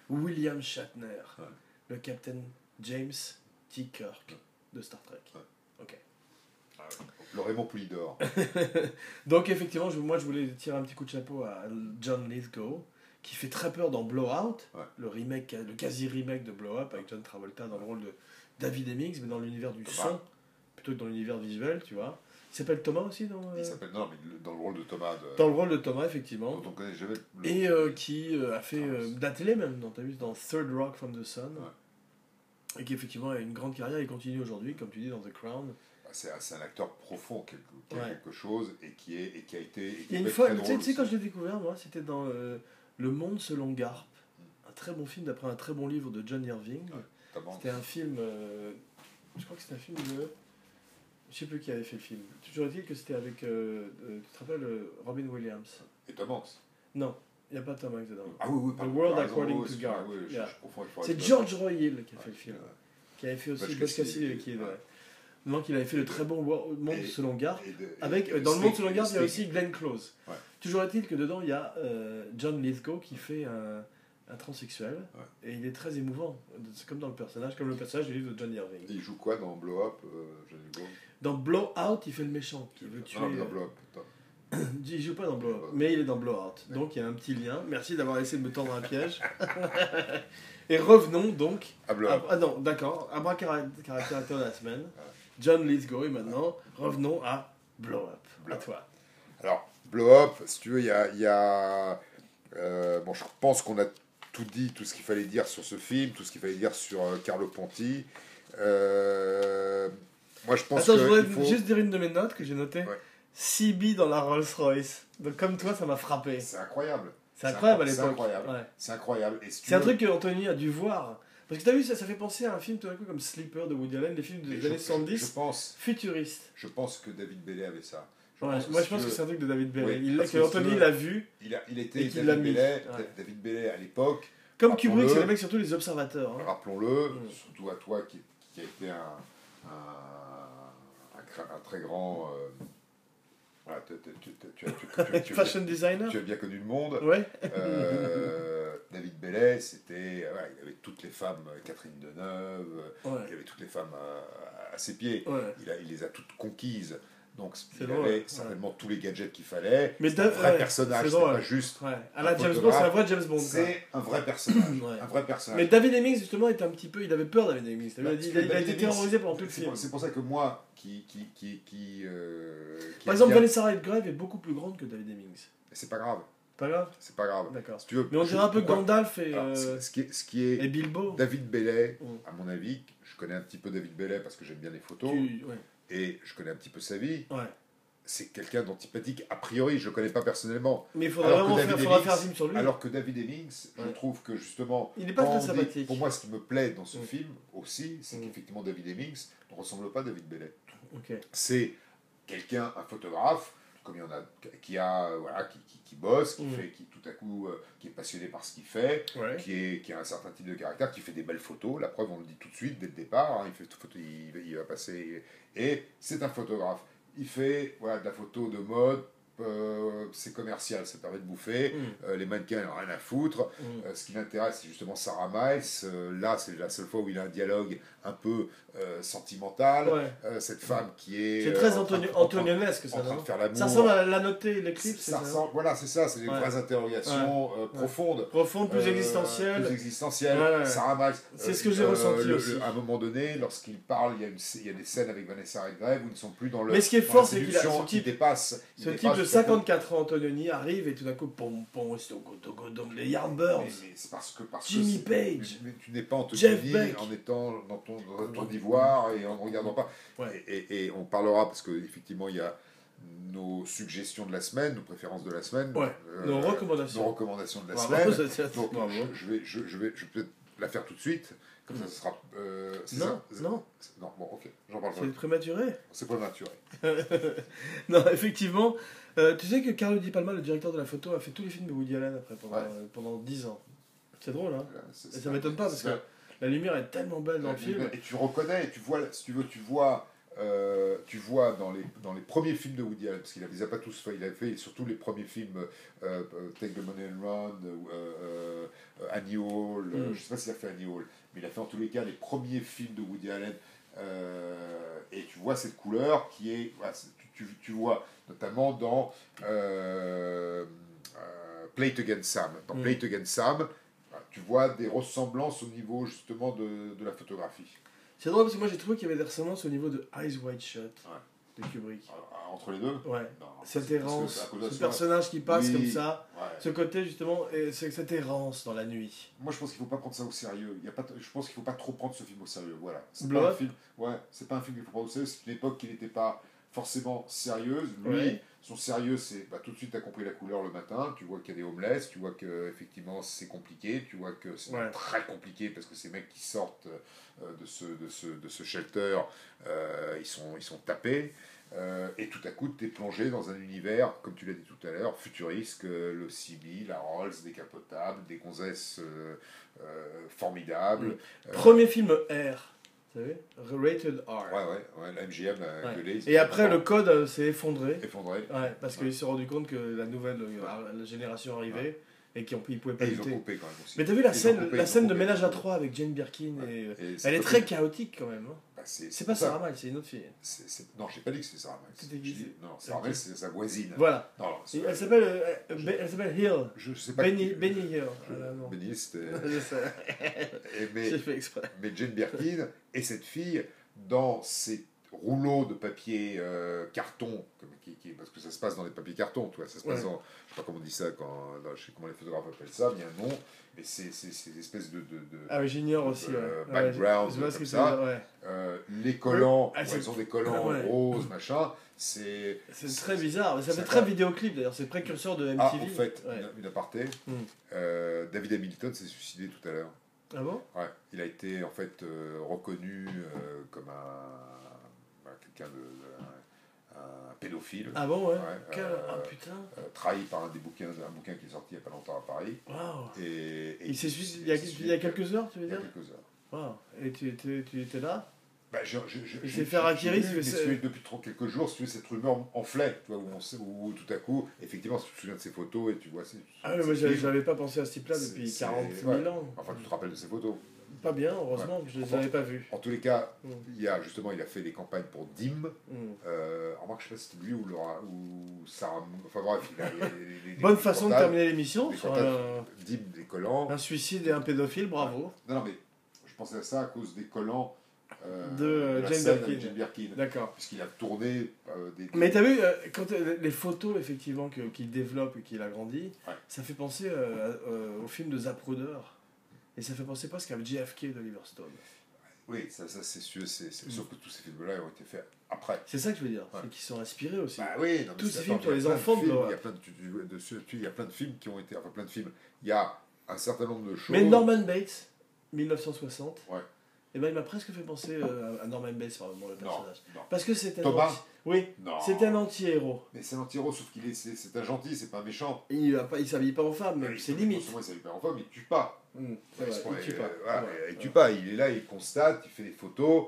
S1: William Shatner,
S2: Ouais.
S1: le capitaine James T. Kirk de Star Trek.
S2: Le Raymond Poulidor.
S1: Donc effectivement, je- moi je voulais tirer un petit coup de chapeau à John Lithgow, qui fait très peur dans Blowout,
S2: Ouais.
S1: le remake, le quasi remake de Blow Up avec John Travolta dans le rôle de David Hemmings, mais dans l'univers du
S2: Thomas.
S1: son plutôt que dans l'univers visuel, tu vois. Il s'appelle Thomas aussi dans, euh,
S2: Il s'appelle non, mais le- dans le rôle de Thomas, de,
S1: dans le rôle de Thomas effectivement,
S2: dont on connaît jamais le
S1: et euh, qui euh, a fait
S2: Ah,
S1: euh,
S2: c'est-
S1: de la télé même, dans, t'as vu dans Third Rock from the Sun.
S2: Ouais.
S1: Et qui effectivement a une grande carrière et continue aujourd'hui, comme tu dis, dans The Crown.
S2: Bah, C'est un, c'est un acteur profond, quelque, qui a
S1: Ouais.
S2: quelque chose, et qui, est, et qui a été. Et qui
S1: Et une
S2: peut être
S1: fois,
S2: très
S1: tu sais-
S2: drôle
S1: tu sais, quand
S2: aussi.
S1: je l'ai découvert, moi, c'était dans euh, Le Monde selon Garp, un très bon film d'après un très bon livre de John Irving.
S2: Notamment-
S1: C'était un film, euh, je crois que c'était un film de Je sais plus qui avait fait le film. Toujours est-il que c'était avec. euh, euh, tu te rappelles euh, Robin Williams
S2: Et Tom Hanks.
S1: Non, il n'y a pas Tom Hanks dedans.
S2: Ah oui, oui,
S1: Oh. The World
S2: pardon,
S1: According
S2: oui,
S1: to
S2: excuse-moi,
S1: Garth.
S2: oui, je-
S1: Yeah.
S2: je confonds avec Forrest
S1: C'est
S2: Gump.
S1: George Roy Hill qui a
S2: Ah,
S1: fait le film.
S2: ouais. Bah,
S1: Qui avait fait aussi
S2: Butch
S1: Buzz
S2: Cassidy,
S1: Cassidy, qui est
S2: ouais.
S1: vrai. Non, qu'il avait fait le très bon Wo- Monde
S2: Et-
S1: selon Garth.
S2: Et de- et-
S1: Avec,
S2: et
S1: euh, dans le monde
S2: Sting,
S1: selon Garth, il y a
S2: Sting.
S1: aussi Glenn Close.
S2: Ouais.
S1: Toujours est-il que dedans, il y a euh, John Lithgow qui fait un, un transsexuel. Et il est très émouvant. C'est comme dans le personnage, comme le personnage du livre de John Irving.
S2: Il joue quoi dans Blow Up, euh, Johnny Blow
S1: Dans Blow Out, il fait le méchant. qui veut tuer- euh,
S2: Non, mais Ah, dans Blow Up, attends.
S1: Il joue pas dans Blowout,
S2: Ouais.
S1: mais il est dans Blowout. Donc il y a un petit lien. Merci d'avoir essayé de me tendre un piège. [LAUGHS] Et revenons donc.
S2: Ah, Blow
S1: à-
S2: Up.
S1: ah non, d'accord. Abracadabra caractère de la semaine. John Lithgow et maintenant, revenons à Blowout. À
S2: Blow.
S1: toi.
S2: Alors, Blow Up, si tu veux, il y a. il y a, euh, bon, je pense qu'on a tout dit, tout ce qu'il fallait dire sur ce film, tout ce qu'il fallait dire sur euh, Carlo Ponti. Euh, moi, je pense
S1: Attends,
S2: que.
S1: je voudrais
S2: il faut-
S1: juste dire une de mes notes que j'ai notée.
S2: Ouais.
S1: CB dans la Rolls-Royce. Donc comme toi, ça m'a frappé.
S2: C'est incroyable.
S1: C'est incroyable à
S2: C'est
S1: l'époque.
S2: incroyable.
S1: Ouais.
S2: C'est incroyable. Et si tu
S1: C'est un
S2: veux-
S1: truc que Anthony a dû voir. Parce que t'as vu, ça, ça fait penser à un film tout d'un coup comme Sleeper de Woody Allen, des films
S2: Mais
S1: des
S2: je-
S1: années
S2: Je
S1: 70,
S2: pense,
S1: futuristes.
S2: je pense que David Bellay avait ça.
S1: Ouais,
S2: pense que
S1: moi
S2: si
S1: je pense
S2: tu
S1: que
S2: veux-
S1: c'est un truc de David Bailey.
S2: Oui,
S1: il l'a
S2: parce
S1: que
S2: que si
S1: Anthony
S2: tu veux-
S1: l'a vu.
S2: Il, a, il était
S1: Et qu'il
S2: David
S1: l'a mis.
S2: Bellay,
S1: Ouais.
S2: Da- David Bellay à l'époque,
S1: Comme Kubrick,
S2: Rappelons-le.
S1: c'est le mec surtout les observateurs. hein.
S2: rappelons-le,
S1: Mm.
S2: surtout à toi qui, qui a été un, un- un cra- un très grand. euh, voilà, tu- tu- tu- tu- tu as- tu- tu as- tu
S1: [LAUGHS]
S2: as-
S1: Fashion designer.
S2: Ah, tu as bien connu le monde.
S1: Ouais.
S2: Euh, David Bellay, c'était. voilà, il y avait toutes les femmes, euh, Catherine Deneuve, euh, il y
S1: Ouais.
S2: avait toutes les femmes euh, à- à- à ses pieds.
S1: Ouais.
S2: il, a- il les a toutes conquises. Donc
S1: C'est
S2: il
S1: drôle,
S2: avait
S1: ouais.
S2: certainement tous les gadgets qu'il fallait.
S1: Mais
S2: C'est un
S1: Dave-
S2: vrai
S1: ouais,
S2: personnage,
S1: c'est
S2: c'est
S1: drôle.
S2: pas juste.
S1: Ouais. À la
S2: Un
S1: James Bond,
S2: photographe,
S1: c'est la vraie James Bond. quoi.
S2: C'est un vrai personnage.
S1: Ouais.
S2: Un vrai
S1: Mais
S2: personnage.
S1: David Hemmings justement était un petit peu, il avait peur David Hemmings. T'as vu,
S2: Bah,
S1: il a dit- il a, il a
S2: David
S1: été
S2: Hemmings,
S1: terrorisé pendant tout le
S2: C'est
S1: film.
S2: pour, c'est pour ça que moi, qui. qui, qui, qui, euh, qui aime
S1: Par exemple,
S2: bien-
S1: Vanessa Redgrave est beaucoup plus grande que David Hemmings.
S2: C'est pas grave.
S1: Pas grave
S2: C'est pas grave.
S1: D'accord.
S2: Si tu veux,
S1: Mais on
S2: Ah, je-
S1: dirait un peu
S2: pourquoi-
S1: Gandalf et,
S2: Alors,
S1: euh,
S2: ce- ce, qui est, ce qui est
S1: et Bilbo.
S2: David Bellet,
S1: Mm.
S2: à mon avis, je connais un petit peu David Bellet parce que j'aime bien les photos
S1: Tu- Ouais.
S2: et je connais un petit peu sa vie.
S1: Ouais.
S2: C'est quelqu'un d'antipathique a priori. Je le connais pas personnellement.
S1: Mais il faudra
S2: Alors
S1: vraiment
S2: que
S1: faire,
S2: David
S1: faudra
S2: Hemmings-
S1: faire un film sur lui.
S2: Alors que David Hemmings, je
S1: Ouais.
S2: trouve que justement.
S1: Il est pas
S2: quand
S1: très
S2: on dit-
S1: sympathique.
S2: Pour moi, ce qui me plaît dans ce
S1: Mm.
S2: film aussi, c'est
S1: Mm.
S2: qu'effectivement, David Hemmings ne ressemble pas à David Bellet.
S1: Ok.
S2: C'est quelqu'un, un photographe, comme il y en a, qui, a, euh, voilà, qui, qui- qui bosse, qui,
S1: Mm.
S2: fait, qui tout à coup, euh, qui est passionné par ce qu'il fait,
S1: Ouais.
S2: qui, est, qui a un certain type de caractère, qui fait des belles photos. La preuve, on le dit tout de suite, dès le départ, hein, il, fait tout photo- il, va- il va passer. Et c'est un photographe. Il fait voilà, de la photo de mode, euh, c'est commercial, ça permet de bouffer.
S1: Mm.
S2: Euh, les mannequins n'ont rien à foutre.
S1: Mm.
S2: Euh, ce qui l'intéresse, c'est justement Sarah Miles. Euh, là, c'est la seule fois où il a un dialogue un peu euh, sentimental.
S1: Ouais.
S2: Euh, cette femme qui est.
S1: C'est
S2: euh,
S1: très
S2: en train-
S1: Antonio-
S2: en train-
S1: antonionesque
S2: En
S1: ça,
S2: train de
S1: non
S2: faire l'amour.
S1: Ça ressemble à la notée, l'éclipse, c'est
S2: Ça
S1: ça hein.
S2: ressemble- Voilà, c'est ça, c'est des
S1: Ouais.
S2: vraies interrogations euh, profondes.
S1: Profonde, plus
S2: Euh,
S1: existentielle.
S2: Plus existentielle.
S1: Ouais.
S2: Sarah Miles. euh,
S1: C'est ce que j'ai ressenti
S2: le- le-
S1: aussi.
S2: à un moment donné, lorsqu'il parle, il y, a une sc- il y a des scènes avec Vanessa Redgrave où ils ne sont plus dans le.
S1: Mais ce qui est
S2: dans la
S1: fort, c'est qu'il a-
S2: séduction,
S1: ce type-
S2: il dépasse. il
S1: Ce type
S2: dépasse
S1: de
S2: tout à coup.
S1: 54 ans, Antonioni, arrive et tout d'un coup, pom pom, stogo, togo, donc les Yardbirds,
S2: Mais- mais c'est parce que, parce que
S1: Jimmy
S2: c'est-
S1: Page.
S2: Mais tu n'es pas en
S1: Jeff Beck.
S2: en étant dans ton, dans ton ivoire et en ne regardant pas.
S1: Ouais.
S2: Et, et- et on parlera, parce qu'effectivement, il y a nos suggestions de la semaine, nos préférences de la semaine. Euh,
S1: Ouais, nos recommandations.
S2: nos recommandations de la
S1: Bravo,
S2: semaine.
S1: ça, c'est-
S2: Donc,
S1: bravo. Mm.
S2: je, je vais, je, je vais, je vais peut-être la faire tout de suite. Comme ça, ce sera. euh, c'est
S1: Non,
S2: ça C'est-
S1: non.
S2: c'est- Non, bon, ok, j'en parlerai.
S1: C'est prématuré. [LAUGHS]
S2: C'est pas naturel.
S1: non, effectivement. euh, tu sais que Carlo Di Palma, le directeur de la photo, a fait tous les films de Woody Allen après pendant,
S2: Ouais.
S1: euh, pendant 10 ans. C'est drôle, hein
S2: Ça,
S1: Et ça m'étonne pas parce que la lumière est tellement belle dans le film.
S2: Et tu reconnais, et tu vois, si tu veux, tu vois, euh, tu vois dans les, dans les premiers films de Woody Allen, parce qu'il ne les a pas tous fait, il a fait surtout les premiers films euh, euh, Take the Money and Run, euh, euh, euh, Annie Hall, euh,
S1: Mm.
S2: je ne sais pas s'il a fait Annie Hall, mais il a fait en tous les cas les premiers films de Woody Allen, euh, et tu vois cette couleur qui est, voilà, c'est- tu, tu- tu vois, notamment dans euh, euh, Play It Against Sam. Dans
S1: Mm.
S2: Play It Against Sam, bah, tu vois des ressemblances au niveau justement de, de la photographie
S1: C'est drôle parce que moi j'ai trouvé qu'il y avait des ressemblances au niveau de Eyes Wide Shut de Kubrick.
S2: Alors, euh, entre les deux.
S1: Ouais.
S2: Non,
S1: Cette
S2: c'est- parce que
S1: errance,
S2: à cause de
S1: ce
S2: ça,
S1: personnage qui passe
S2: Oui.
S1: comme ça,
S2: ouais.
S1: ce côté justement, et c'est- cette errance dans la nuit.
S2: Moi, je pense qu'il faut pas prendre ça au sérieux. Il Y a pas t- je pense qu'il faut pas trop prendre ce film au sérieux. Voilà. C'est
S1: Blow
S2: pas un
S1: Up
S2: film. Ouais, c'est pas un film qu'il faut prendre au sérieux. C'est une époque qui n'était pas forcément sérieuses. Lui,
S1: Ouais.
S2: son sérieux, c'est bah, tout de suite, tu as compris la couleur le matin, tu vois qu'il y a des homeless, tu vois que effectivement c'est compliqué, tu vois que c'est
S1: Ouais.
S2: très compliqué parce que ces mecs qui sortent euh, de, ce, de, ce, de ce shelter, euh, ils, sont, ils sont tapés. euh, et tout à coup, tu es plongé dans un univers, comme tu l'as dit tout à l'heure, futuriste, que le CB, la Rolls, décapotable, des gonzesses euh, euh, formidables,
S1: Mm. Premier film R, vous savez Rated R.
S2: Ouais, ouais, ouais, la MGM a
S1: Ouais.
S2: gueulé. ils
S1: Et
S2: ont
S1: après, le
S2: vraiment
S1: code euh, s'est effondré.
S2: effondré.
S1: Ouais, parce qu'ils se sont rendus compte que la nouvelle euh, la génération arrivait et qu'ils ne pouvaient pas
S2: Et ils ont
S1: lutter.
S2: coupé quand même aussi.
S1: Mais t'as vu la
S2: Ils ont
S1: scène,
S2: coupé, ils
S1: la
S2: ont
S1: scène de
S2: coupé.
S1: ménage à trois avec Jane Birkin et, euh,
S2: Et c'est
S1: Elle est
S2: pas
S1: très
S2: possible.
S1: chaotique quand même. hein.
S2: Bah,
S1: C'est pas hein.
S2: ça.
S1: Sarah Miles, c'est une autre fille.
S2: C'est- c'est- Non, j'ai pas dit que c'était Sarah Miles.
S1: C'était qui,
S2: J'ai dit- Non, Sarah
S1: Ok.
S2: Miles, c'est sa voisine.
S1: Voilà.
S2: Non, non,
S1: Et
S2: c'est-
S1: elle s'appelle euh, euh, Be- elle s'appelle Hill.
S2: Je sais pas.
S1: Benny,
S2: qui- euh,
S1: Benny Hill.
S2: je-
S1: Ah, non.
S2: Benny, c'était.
S1: [LAUGHS] Je sais,
S2: Et euh, mais,
S1: J'ai fait exprès.
S2: mais Jane Birkin et cette fille, dans ces rouleaux de papier euh, carton, comme- qui- qui- parce que ça se passe dans les papiers carton, tu vois, ça se passe
S1: Ouais.
S2: dans, je sais pas comment on dit ça, quand, dans- je sais comment les photographes appellent ça, mais il y a un nom, mais c'est c'est- c'est des espèces de, de- de-
S1: Ah, mais j'ignore aussi. Ouais.
S2: Euh,
S1: Ouais,
S2: background,
S1: je vois ce
S2: comme
S1: que tu
S2: ça.
S1: veux dire, ouais.
S2: Euh, les collants,
S1: Ah,
S2: ouais,
S1: c'est-
S2: ils ont des collants
S1: Ouais.
S2: roses, machin, c'est...
S1: C'est très bizarre. mais Ça
S2: Ça
S1: fait
S2: va.
S1: très vidéoclip d'ailleurs. C'est précurseur de MTV.
S2: Ah, en fait,
S1: Ouais.
S2: une, une aparté,
S1: Hmm.
S2: euh, David Hamilton s'est suicidé tout à l'heure.
S1: Ah bon
S2: Ouais, il a été, en fait, euh, reconnu euh, comme un... un- quelqu'un de... de- un, un pédophile,
S1: Ah bon, ouais.
S2: Ouais,
S1: Quel-
S2: euh,
S1: Ah putain.
S2: euh, trahi par un des bouquins, un bouquin qui est sorti il n'y a pas longtemps à Paris.
S1: Waouh.
S2: Et, et
S1: Il s'est suicidé il y a,
S2: s'est
S1: il y a quelques heures, tu veux
S2: il y a
S1: dire
S2: quelques heures.
S1: Waouh. Oh, Et tu, tu, tu étais là
S2: Bah, je, je, je,
S1: Il
S2: je-
S1: s'est fait
S2: je-
S1: raquérir,
S2: je-
S1: il
S2: mais
S1: s'est-
S2: si tu veux, depuis trop quelques jours, si tu veux, cette rumeur enflait, tu vois, où, on sait- où tout à coup, effectivement, si tu te souviens de ces photos et tu vois. c'est-
S1: Ah, mais moi
S2: c'est-
S1: j'avais- j'avais pas pensé à ce type-là
S2: c'est-
S1: depuis
S2: c'est-
S1: 40 000
S2: ouais.
S1: ans.
S2: Enfin, tu te rappelles de ces photos.
S1: Pas bien, heureusement que je les
S2: Enfin,
S1: avais pas vus.
S2: En tous les cas,
S1: Mm.
S2: il y a justement, il a fait des campagnes pour Dim.
S1: Mm.
S2: Euh, remarque, je sais pas si c'était lui ou Laura ou Sarah. Moon- Enfin bref, il a les- les- les-
S1: Bonne
S2: les
S1: façon de
S2: cordages,
S1: terminer l'émission
S2: les
S1: sur
S2: cordages,
S1: un,
S2: Dim des collants.
S1: un suicide et un pédophile, bravo.
S2: Non, non, mais je pensais à ça à cause des collants euh,
S1: De, euh,
S2: la
S1: Jane
S2: scène
S1: Birkin.
S2: avec Jane Birkin.
S1: D'accord.
S2: Puisqu'il a tourné euh, des.
S1: Mais t'as vu, euh, quand, euh, les photos effectivement que- qu'il développe et qu'il agrandit,
S2: Ouais.
S1: ça fait penser euh, à- euh, au film de Zapruder. Et ça fait penser presque à JFK d'Oliver Stone.
S2: Oui, ça, ça c'est sûr, c'est, c'est-
S1: Mm.
S2: sauf que tous ces films-là ils ont été faits après.
S1: C'est ça que je veux dire,
S2: Ouais.
S1: c'est qu'ils sont inspirés aussi.
S2: Bah oui, non, mais
S1: Tous
S2: c'est-
S1: ces films
S2: attends,
S1: pour
S2: il y a
S1: les
S2: plein de
S1: enfants,
S2: films,
S1: Dora.
S2: Il y a plein de, tu- tu- de ce- tu- il y a plein de films qui ont été, enfin plein de films. Il y a un certain nombre de choses.
S1: Mais Norman Bates, 1960,
S2: Ouais.
S1: et ben, il m'a presque fait penser euh, à Norman Bates, vraiment, le
S2: non,
S1: personnage.
S2: non,
S1: Parce que c'est un
S2: Thomas
S1: anti- Oui,
S2: non.
S1: c'est un anti-héros.
S2: Mais c'est un anti-héros, sauf qu'il est, c'est, c'est un gentil, c'est pas un méchant.
S1: Il va pas- il s'habille pas en femme,
S2: Il-
S1: c'est
S2: non
S1: limite.
S2: seulement il s'habille pas en femme, il tue pas.
S1: Mm, c'est
S2: Ouais,
S1: vrai,
S2: c'est pour-
S1: il tue
S2: euh,
S1: pas.
S2: voilà,
S1: Ouais,
S2: il
S1: ouais.
S2: tue pas. Il est là, il constate, il fait des photos.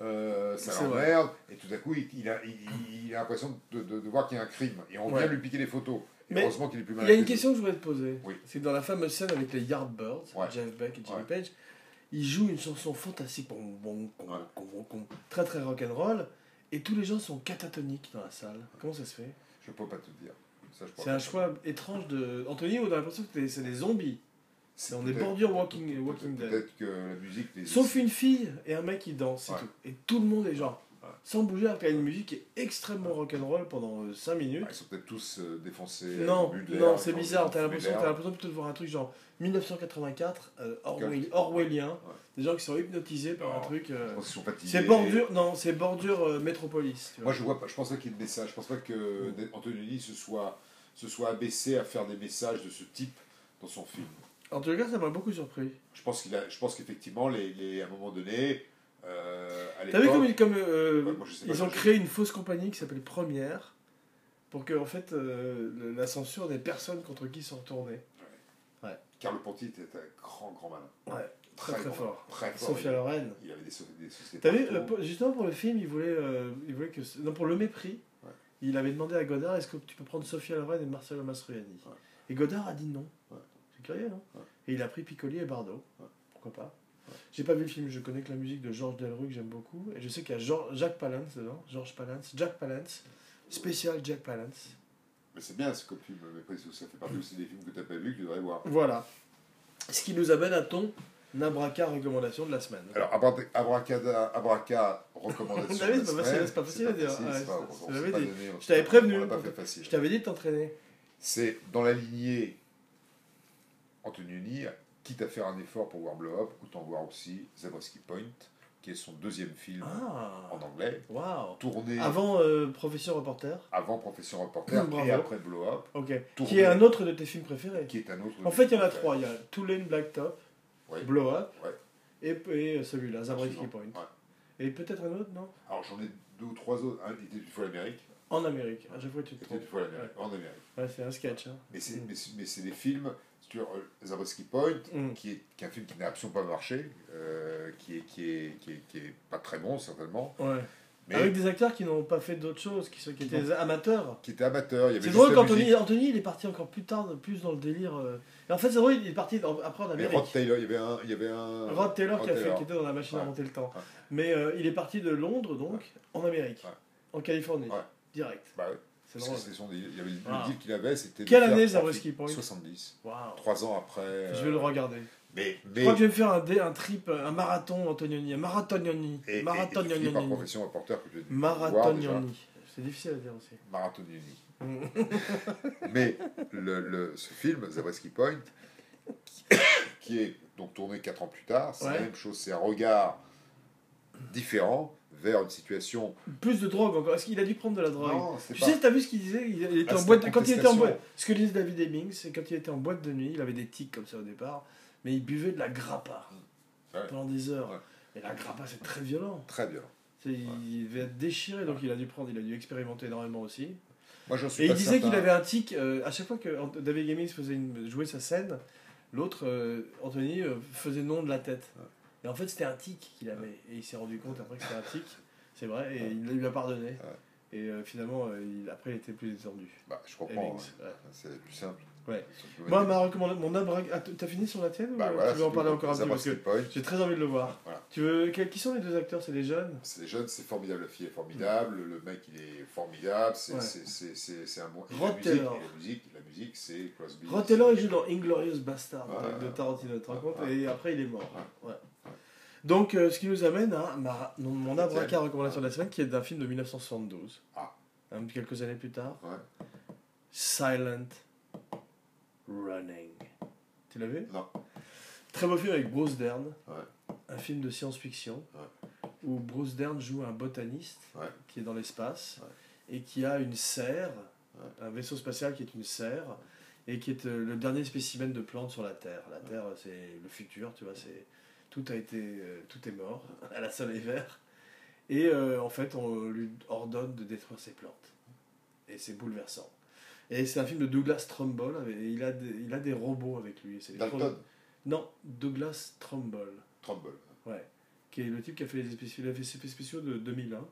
S2: euh, ça
S1: C'est vrai.
S2: l'emmerde et tout à coup il, il a, il, il a l'impression de, de- de voir qu'il y a un crime et on
S1: Ouais.
S2: vient lui piquer les photos Et
S1: Mais
S2: heureusement qu'il est plus mal
S1: Il y a une
S2: intelligent.
S1: question que je voulais te poser.
S2: Oui.
S1: C'est que dans la fameuse scène avec les Yardbirds,
S2: Ouais.
S1: Jeff Beck et Jimmy
S2: Ouais.
S1: Page, ils jouent une chanson fantastique, bon, bon, con,
S2: Ouais.
S1: con, bon, con, très très rock'n'roll, et tous les gens sont catatoniques dans la salle. Comment ça se fait
S2: Je peux pas te dire. Ça, je peux
S1: C'est
S2: pas
S1: un
S2: te dire.
S1: choix étrange de. Anthony, on a l'impression que t'es- c'est des zombies.
S2: C'est
S1: on est
S2: peut-être-
S1: bordure Walking, walking
S2: peut-être,
S1: Dead.
S2: peut-être que la musique. Les...
S1: Sauf une fille et un mec qui danse, c'est
S2: Ouais.
S1: tout. Et tout le monde est genre.
S2: Ouais.
S1: Sans bouger, alors qu'il y a une musique qui est extrêmement rock'n'roll pendant 5 minutes.
S2: Ah, Ils sont peut-être tous euh, défoncés.
S1: Non,
S2: au but de l'air,
S1: non, c'est
S2: ils ont
S1: bizarre.
S2: envie de
S1: T'as l'impression,
S2: fumer
S1: t'as
S2: l'air.
S1: l'impression plutôt de voir un truc genre 1984, euh, Orwell-
S2: Ouais.
S1: orwellien,
S2: Ouais.
S1: des gens qui sont hypnotisés par un
S2: Non.
S1: truc. euh,
S2: Je pense qu'ils sont fatigués.
S1: c'est bordure, non, c'est bordure euh, métropolis. tu vois.
S2: Moi, je vois pas. Je pense pas qu'il y ait de message. Je pense pas que Anthony se soit, se soit abaissé à faire des messages de ce type dans son film.
S1: En tout cas, ça m'a beaucoup surpris.
S2: Je pense qu'il a. Je pense qu'effectivement, les, les, à un moment donné, euh, à
S1: T'as vu
S2: l'époque,
S1: comme, ils- comme euh,
S2: Ouais, moi, je sais pas,
S1: ils ont
S2: je-
S1: créé une fausse compagnie qui s'appelle Première pour que en fait euh, le- la censure des personnes contre qui ils sont retournés.
S2: Carlo Ponti était un grand, grand malin.
S1: Ouais, très très,
S2: grand,
S1: fort.
S2: Très fort.
S1: Sophia Loren.
S2: Il avait des, so- des sociétés.
S1: T'as vu,
S2: partout.
S1: euh, pour- justement pour le film, il voulait, euh, il voulait que. Non, pour le mépris,
S2: Ouais.
S1: il avait demandé à Godard est-ce que tu peux prendre Sophia Loren et Marcelo Mastroianni
S2: Ouais.
S1: Et Godard a dit non.
S2: Ouais.
S1: C'est curieux, non
S2: Ouais.
S1: Et il a pris Piccoli et Bardot.
S2: Ouais.
S1: Pourquoi pas
S2: Ouais.
S1: J'ai pas vu le film, je connais que la musique de Georges Delru que j'aime beaucoup. Et je sais qu'il y a Jean- Jacques Palance dedans. Georges Palance. Jack Palance. Spécial Jack Palance.
S2: Mais c'est bien ce que film, mais après, ça fait partie aussi des films que t'as pas vu que tu devrais voir.
S1: Voilà. Ce qui nous amène à ton Nabraka recommandation de la semaine.
S2: Alors, abracada- abracada, abraca,
S1: [LAUGHS]
S2: recommandation.
S1: Vous savez,
S2: de la
S1: c'est pas facile, bah,
S2: semaine.
S1: c'est pas facile à dire.
S2: facile,
S1: Ouais,
S2: c'est pas-
S1: je-
S2: on-
S1: je
S2: on
S1: l'avais
S2: s'est pas
S1: dit.
S2: donné,
S1: Je
S2: on s'est
S1: t'avais
S2: pas-
S1: prévenu.
S2: On l'a pas fait
S1: Je
S2: facile.
S1: t'avais dit de t'entraîner.
S2: C'est dans la lignée Antonioni, quitte à faire un effort pour voir Blow Up, autant voir aussi Zabriskie Point, qui est son deuxième film
S1: Ah
S2: en anglais,
S1: Waouh
S2: tourné
S1: Avant euh, Professeur Reporter
S2: avant Professeur Reporter
S1: Bravo.
S2: et après Blow Up,
S1: Ok.
S2: Tourné.
S1: Qui est un autre de tes films préférés
S2: qui est un autre.
S1: En fait, il y en a trois. Il y a Tulane Blacktop,
S2: Ouais.
S1: Blow Up,
S2: Ouais.
S1: et, et, euh, celui-là, Zabriskie
S2: Absolument.
S1: Point.
S2: Ouais.
S1: Et peut-être un autre, non
S2: Alors j'en ai deux ou trois autres. Un, il était une fois l'Amérique,
S1: En Amérique. À chaque fois, tu
S2: il
S1: te
S2: était
S1: trompes.
S2: une fois l'Amérique, en Amérique.
S1: Ouais, c'est un sketch. hein.
S2: Mais c'est
S1: Mm.
S2: mais c'est- mais c'est des films sur euh, Zabriskie Point,
S1: Mm.
S2: qui est, qui est un film qui n'a absolument pas marché, euh, qui, est, qui, est, qui, est, qui est pas très bon certainement,
S1: Ouais.
S2: mais
S1: Avec des acteurs qui n'ont pas fait d'autres choses, qui, sont, qui étaient des amateurs.
S2: qui était amateur. Il y avait
S1: C'est
S2: juste
S1: drôle
S2: la
S1: qu'Anthony
S2: musique.
S1: Anthony, il est parti encore plus tard, plus dans le délire. euh. Et en fait, c'est drôle, il est parti dans- après en
S2: Mais
S1: Amérique.
S2: Rod Taylor, il y avait un. Il y avait un
S1: Ah, Rod Taylor
S2: Rod
S1: qui, a fait,
S2: Taylor.
S1: qui était dans la machine à
S2: Ouais.
S1: monter le temps.
S2: Ouais.
S1: Mais euh, il est parti de Londres, donc, en Amérique,
S2: Ouais.
S1: en Californie,
S2: Ouais.
S1: direct.
S2: Bah ouais,
S1: C'est
S2: parce que
S1: drôle.
S2: c'était son deal. Il y avait le-
S1: Ah.
S2: le deal qu'il avait, c'était. de
S1: Quelle
S2: faire
S1: année,
S2: un
S1: Zabriskie
S2: film-
S1: Point
S2: 70.
S1: Waouh.
S2: Trois ans après.
S1: Je
S2: euh,
S1: vais le regarder.
S2: Mais,
S1: Je
S2: mais
S1: crois que je vais me faire un, dé- un trip, euh, un marathon Antonioni, un marathonioni.
S2: et, et, et tu finis par
S1: Marathonioni.
S2: profession rapporteur que tu voir déjà.
S1: Marathonioni. C'est difficile à dire aussi.
S2: Marathon Uni. [LAUGHS] Mais le, le- ce film, Zabriskie Point, [COUGHS] qui est donc tourné quatre ans plus tard, c'est la
S1: Ouais.
S2: même chose, c'est un regard différent vers une situation.
S1: Plus de drogue encore. Est-ce qu'il a dû prendre de la drogue
S2: Non, c'est
S1: Tu
S2: pas-
S1: sais, t'as vu ce qu'il disait il était
S2: Ah,
S1: en
S2: c'est
S1: boîte,
S2: la
S1: Quand il était en boîte,
S2: contestation.
S1: ce que disait David Hemmings, c'est quand il était en boîte de nuit, il avait des tics comme ça au départ, mais il buvait de la grappa
S2: Ouais.
S1: pendant des heures.
S2: Ouais.
S1: Et la grappa, c'est très violent.
S2: Très bien.
S1: C'est- Il devait être déchiré, donc il a dû prendre, il a dû expérimenter énormément aussi.
S2: Moi, j'en suis
S1: Et
S2: pas
S1: il disait qu'il
S2: certain.
S1: avait un tic, euh, à chaque fois que Ant- David Hemmings faisait une, jouait sa scène, l'autre, euh, Anthony, euh, faisait non de la tête.
S2: Ouais.
S1: Et en fait, c'était un tic qu'il avait. Et il s'est rendu compte après que c'était un tic, c'est vrai, et il lui a pardonné. Et euh, finalement, euh, il- après, il était plus détendu.
S2: Bah,
S1: Eh,
S2: je comprends.
S1: Hemmings,
S2: hein.
S1: ouais.
S2: C'est plus simple.
S1: Ouais.
S2: Surtout-
S1: Moi, ma recommandation, mon œuvre. ah, t- T'as fini sur la tienne ou
S2: Bah,
S1: euh,
S2: voilà,
S1: tu veux en
S2: c'est
S1: parler
S2: tout.
S1: encore un peu Parce
S2: Zabriskie
S1: que
S2: Point.
S1: j'ai très envie de le voir.
S2: Voilà.
S1: Tu veux. que- Qui sont les deux acteurs C'est des jeunes
S2: C'est jeune, c'est formidable, la fille est formidable, le mec il est formidable, c'est
S1: Ouais.
S2: c'est- c'est- c'est- c'est un bon. et
S1: Rod
S2: la musique,
S1: Taylor.
S2: et La musique, la musique c'est Crosby.
S1: Rod Taylor, il joue dans Inglorious Bastard
S2: Ouais,
S1: de Tarantino, tu te rends compte
S2: ouais,
S1: Et après, il est mort. Ouais. Donc, euh, ce qui nous amène à ma, non, mon
S2: Tiens.
S1: abracadabra recommandation de la semaine, qui est d'un film de 1972.
S2: Ah.
S1: Un- Hein, quelques années plus tard.
S2: Ouais.
S1: Silent Running. Tu l'as vu
S2: Non.
S1: Très beau film avec Bruce Dern.
S2: Ouais.
S1: Un film de science-fiction où Bruce Dern joue un botaniste
S2: Ouais.
S1: qui est dans l'espace et qui a une serre,
S2: Ouais.
S1: un vaisseau spatial qui est une serre et qui est euh, le dernier spécimen de plante sur la Terre. La Terre, c'est le futur, tu vois, c'est tout a été, euh, tout est mort [LAUGHS] à la soleil vert. Et euh, en fait, on lui ordonne de détruire ses plantes. Et c'est bouleversant. Et c'est un film de Douglas Trumbull. avec- et il a des, il a des robots avec lui. C'est des
S2: Dalton,
S1: chrono- Non, Douglas Trumbull,
S2: Trumbull.
S1: qui est le type qui a fait les spéciaux, les effets spéciaux de 2001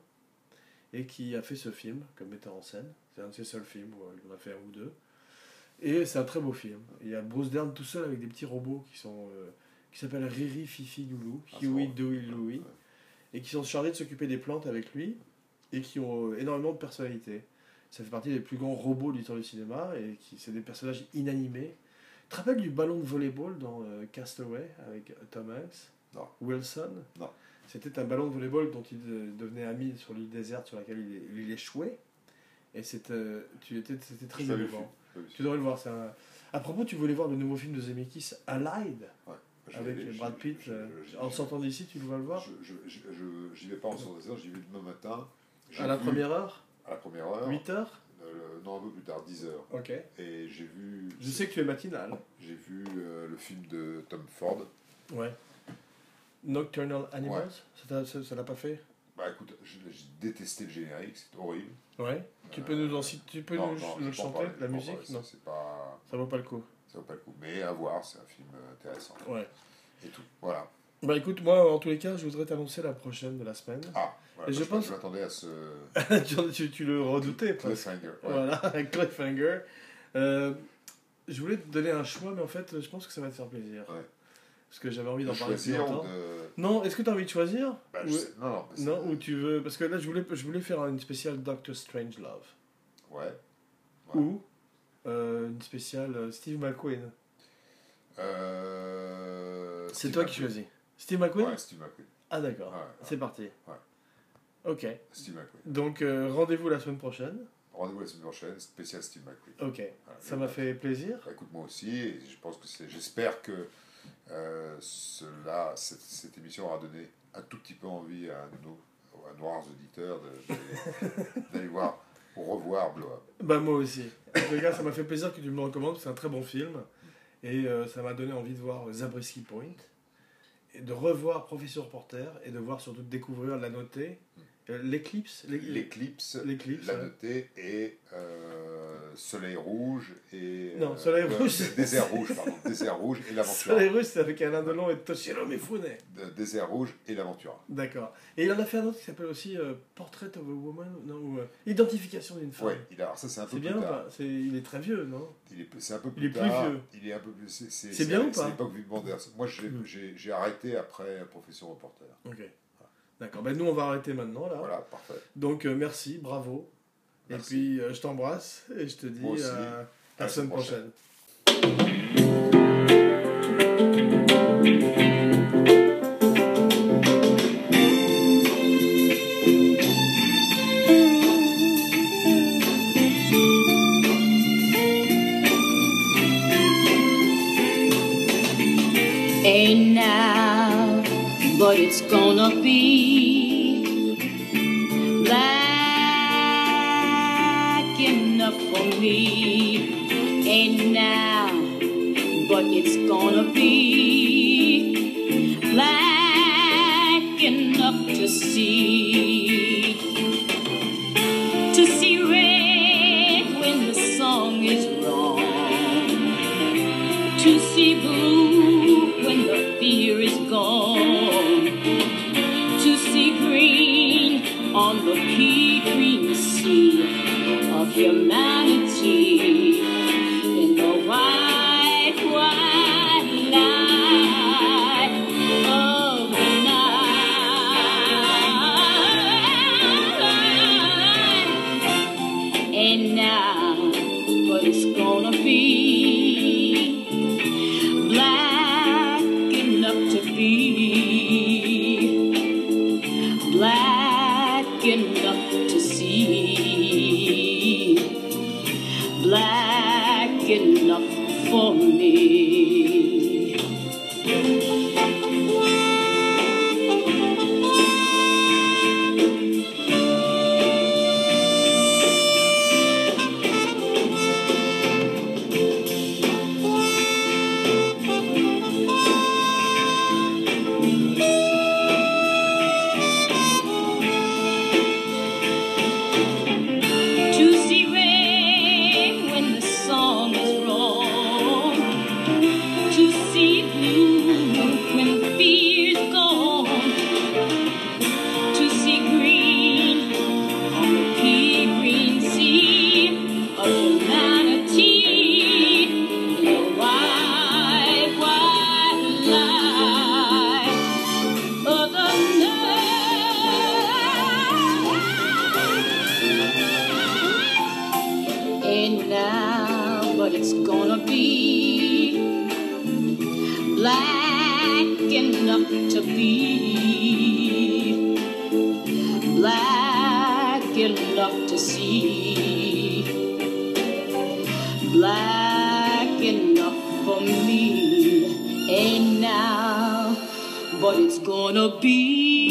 S1: et qui a fait ce film comme metteur en scène. C'est un de ses seuls films où il en a fait un ou deux. Et c'est un très beau film. Il y a Bruce Dern tout seul avec des petits robots qui sont euh, qui s'appellent Riri, Fifi, Loulou,
S2: Ah, c'est
S1: Huey,
S2: drôle.
S1: Dewey, Louie,
S2: Ouais.
S1: et qui sont chargés de s'occuper des plantes avec lui et qui ont euh, énormément de personnalité. Ça fait partie des plus grands robots du temps du cinéma et qui c'est des personnages inanimés. Tu te rappelles du ballon de volleyball dans euh, Castaway avec Tom Hanks
S2: Non.
S1: Wilson
S2: Non.
S1: C'était un ballon de volleyball dont il euh, devenait ami sur l'île déserte sur laquelle il, il échouait. Et c'était euh, tu étais- c'était très
S2: Je l'avais vu.
S1: émouvant.
S2: Je l'avais vu.
S1: Tu devrais le voir. c'est un- À propos, tu voulais voir le nouveau film de Zemeckis, Allied,
S2: Je l'avais
S1: avec
S2: vu, je-
S1: Brad Pitt.
S2: je-
S1: euh,
S2: je-
S1: en
S2: je-
S1: sortant d'ici, tu vas le voir
S2: je- je- je- je- J'y vais pas en sortant des heures, j'y vais demain matin. J'ai
S1: À la
S2: vu-
S1: première heure
S2: À la première heure.
S1: 8 heures
S2: euh, le- non, un peu plus tard, 10 heures.
S1: Ok.
S2: Et j'ai vu.
S1: Je sais que tu es matinal.
S2: J'ai vu euh, le film de Tom Ford.
S1: Ouais. Nocturnal Animals
S2: Ouais.
S1: Ça t'a- Ça ça l'a pas fait
S2: Bah écoute, je- j'ai détesté le générique, c'est horrible.
S1: Ouais. Tu peux
S2: Euh,
S1: nous en citer- tu peux
S2: Non,
S1: nous,
S2: non,
S1: nous le
S2: je peux en
S1: chanter,
S2: parler, je
S1: la
S2: peux en
S1: musique
S2: parler, ça,
S1: Non,
S2: C'est pas.
S1: ça vaut pas le coup.
S2: Ça vaut pas le coup. Mais à voir, c'est un film euh, intéressant.
S1: Ouais.
S2: Et tout. Voilà.
S1: Bah écoute, moi en tous les cas, je voudrais t'annoncer la prochaine de la semaine.
S2: Ah, voilà.
S1: Et
S2: bah,
S1: je
S2: je
S1: pense-
S2: je m'attendais à ce.
S1: [LAUGHS] tu, tu- tu le redoutais, presque.
S2: Cliffhanger. Ouais.
S1: Voilà, [LAUGHS] un cliffhanger. Euh, je voulais te donner un choix, mais en fait, je pense que ça va te faire plaisir.
S2: Ouais.
S1: Parce que j'avais envie
S2: De
S1: d'en parler plus
S2: choisir ou
S1: longtemps.
S2: de.
S1: Non, est-ce que tu as envie de choisir
S2: Bah, je
S1: Ou-
S2: sais- Non, non. parce-
S1: Non, ou tu veux. Parce que là, je voulais, je voulais faire une spéciale Doctor Strange Love.
S2: Ouais. Ouais.
S1: Ou euh, une spéciale euh, Steve McQueen.
S2: Euh,
S1: C'est
S2: Steve
S1: toi qui
S2: McQueen.
S1: choisis. Steve McQueen
S2: Ouais, Steve McQueen.
S1: Ah, d'accord.
S2: Ouais, ouais.
S1: C'est parti.
S2: Ouais.
S1: Ok.
S2: Steve McQueen.
S1: Donc, euh, rendez-vous la semaine prochaine.
S2: Rendez-vous la semaine prochaine, spécial Steve McQueen.
S1: Ok.
S2: Voilà.
S1: Ça m'a fait plaisir.
S2: Bah, écoute, moi aussi, et je pense que c'est. J'espère que euh, cela, cette, cette émission aura donné à un tout petit peu envie à nos, à nos rares auditeurs de- de- [LAUGHS] d'aller voir ou revoir Blow Up.
S1: Bah moi aussi. Les gars, ça m'a fait plaisir que tu me le recommandes, c'est un très bon film. Et euh, ça m'a donné envie de voir Zabriskie Point, et de revoir Professeur Porter, et de voir surtout de découvrir La Notée, Euh, l'éclipse, l'é-
S2: L'éclipse,
S1: l'éclipse.
S2: la
S1: ouais.
S2: notée et euh, Soleil Rouge et.
S1: Non,
S2: euh,
S1: Soleil
S2: euh,
S1: Rouge,
S2: [LAUGHS] Désert Rouge, pardon. Désert Rouge et
S1: [LAUGHS] Sur
S2: l'Aventura.
S1: les Russes, c'est avec Alain Delon et Toshiro Mifune.
S2: De- Désert Rouge et l'Aventura.
S1: D'accord. Et il en a fait un autre qui s'appelle aussi euh, Portrait of a Woman, non, ou euh, Identification d'une femme.
S2: Ouais, il a, alors ça c'est un peu
S1: C'est
S2: plus
S1: bien ou
S2: tard.
S1: pas C'est- Il est très vieux, non
S2: Il est, c'est un peu
S1: Il
S2: plus
S1: est plus
S2: tard,
S1: vieux.
S2: Il est un peu plus. C'est, c'est,
S1: C'est bien ou
S2: C'est
S1: pas
S2: l'époque Wim Wenders. Moi, j'ai,
S1: Mm.
S2: j'ai, j'ai arrêté après Professeur Reporter.
S1: Ok. D'accord. Ben nous, on va arrêter maintenant, là.
S2: Voilà, parfait.
S1: Donc, euh, merci, bravo.
S2: Merci.
S1: Et puis, euh, je t'embrasse et je te dis
S2: Moi aussi.
S1: euh, à
S2: À
S1: la
S2: la
S1: semaine
S2: prochaine.
S1: prochaine.
S3: Ain't now, but it's gonna be black enough for me. Ain't now, but it's gonna be black enough to see. To see red when the song is wrong to see blue when the fear is gone, to see green on the pea green sea of humanity in the wide, wide light of night and now what it's gonna be black enough to be black enough to see black enough for me to see red when the song is wrong, to see blue when the fear's gone, to see green on the pea green sea of humanity in the wide, wide light of the night ain't now, but it's gonna be black enough to be black enough to see, black enough for me, ain't now, but it's gonna be.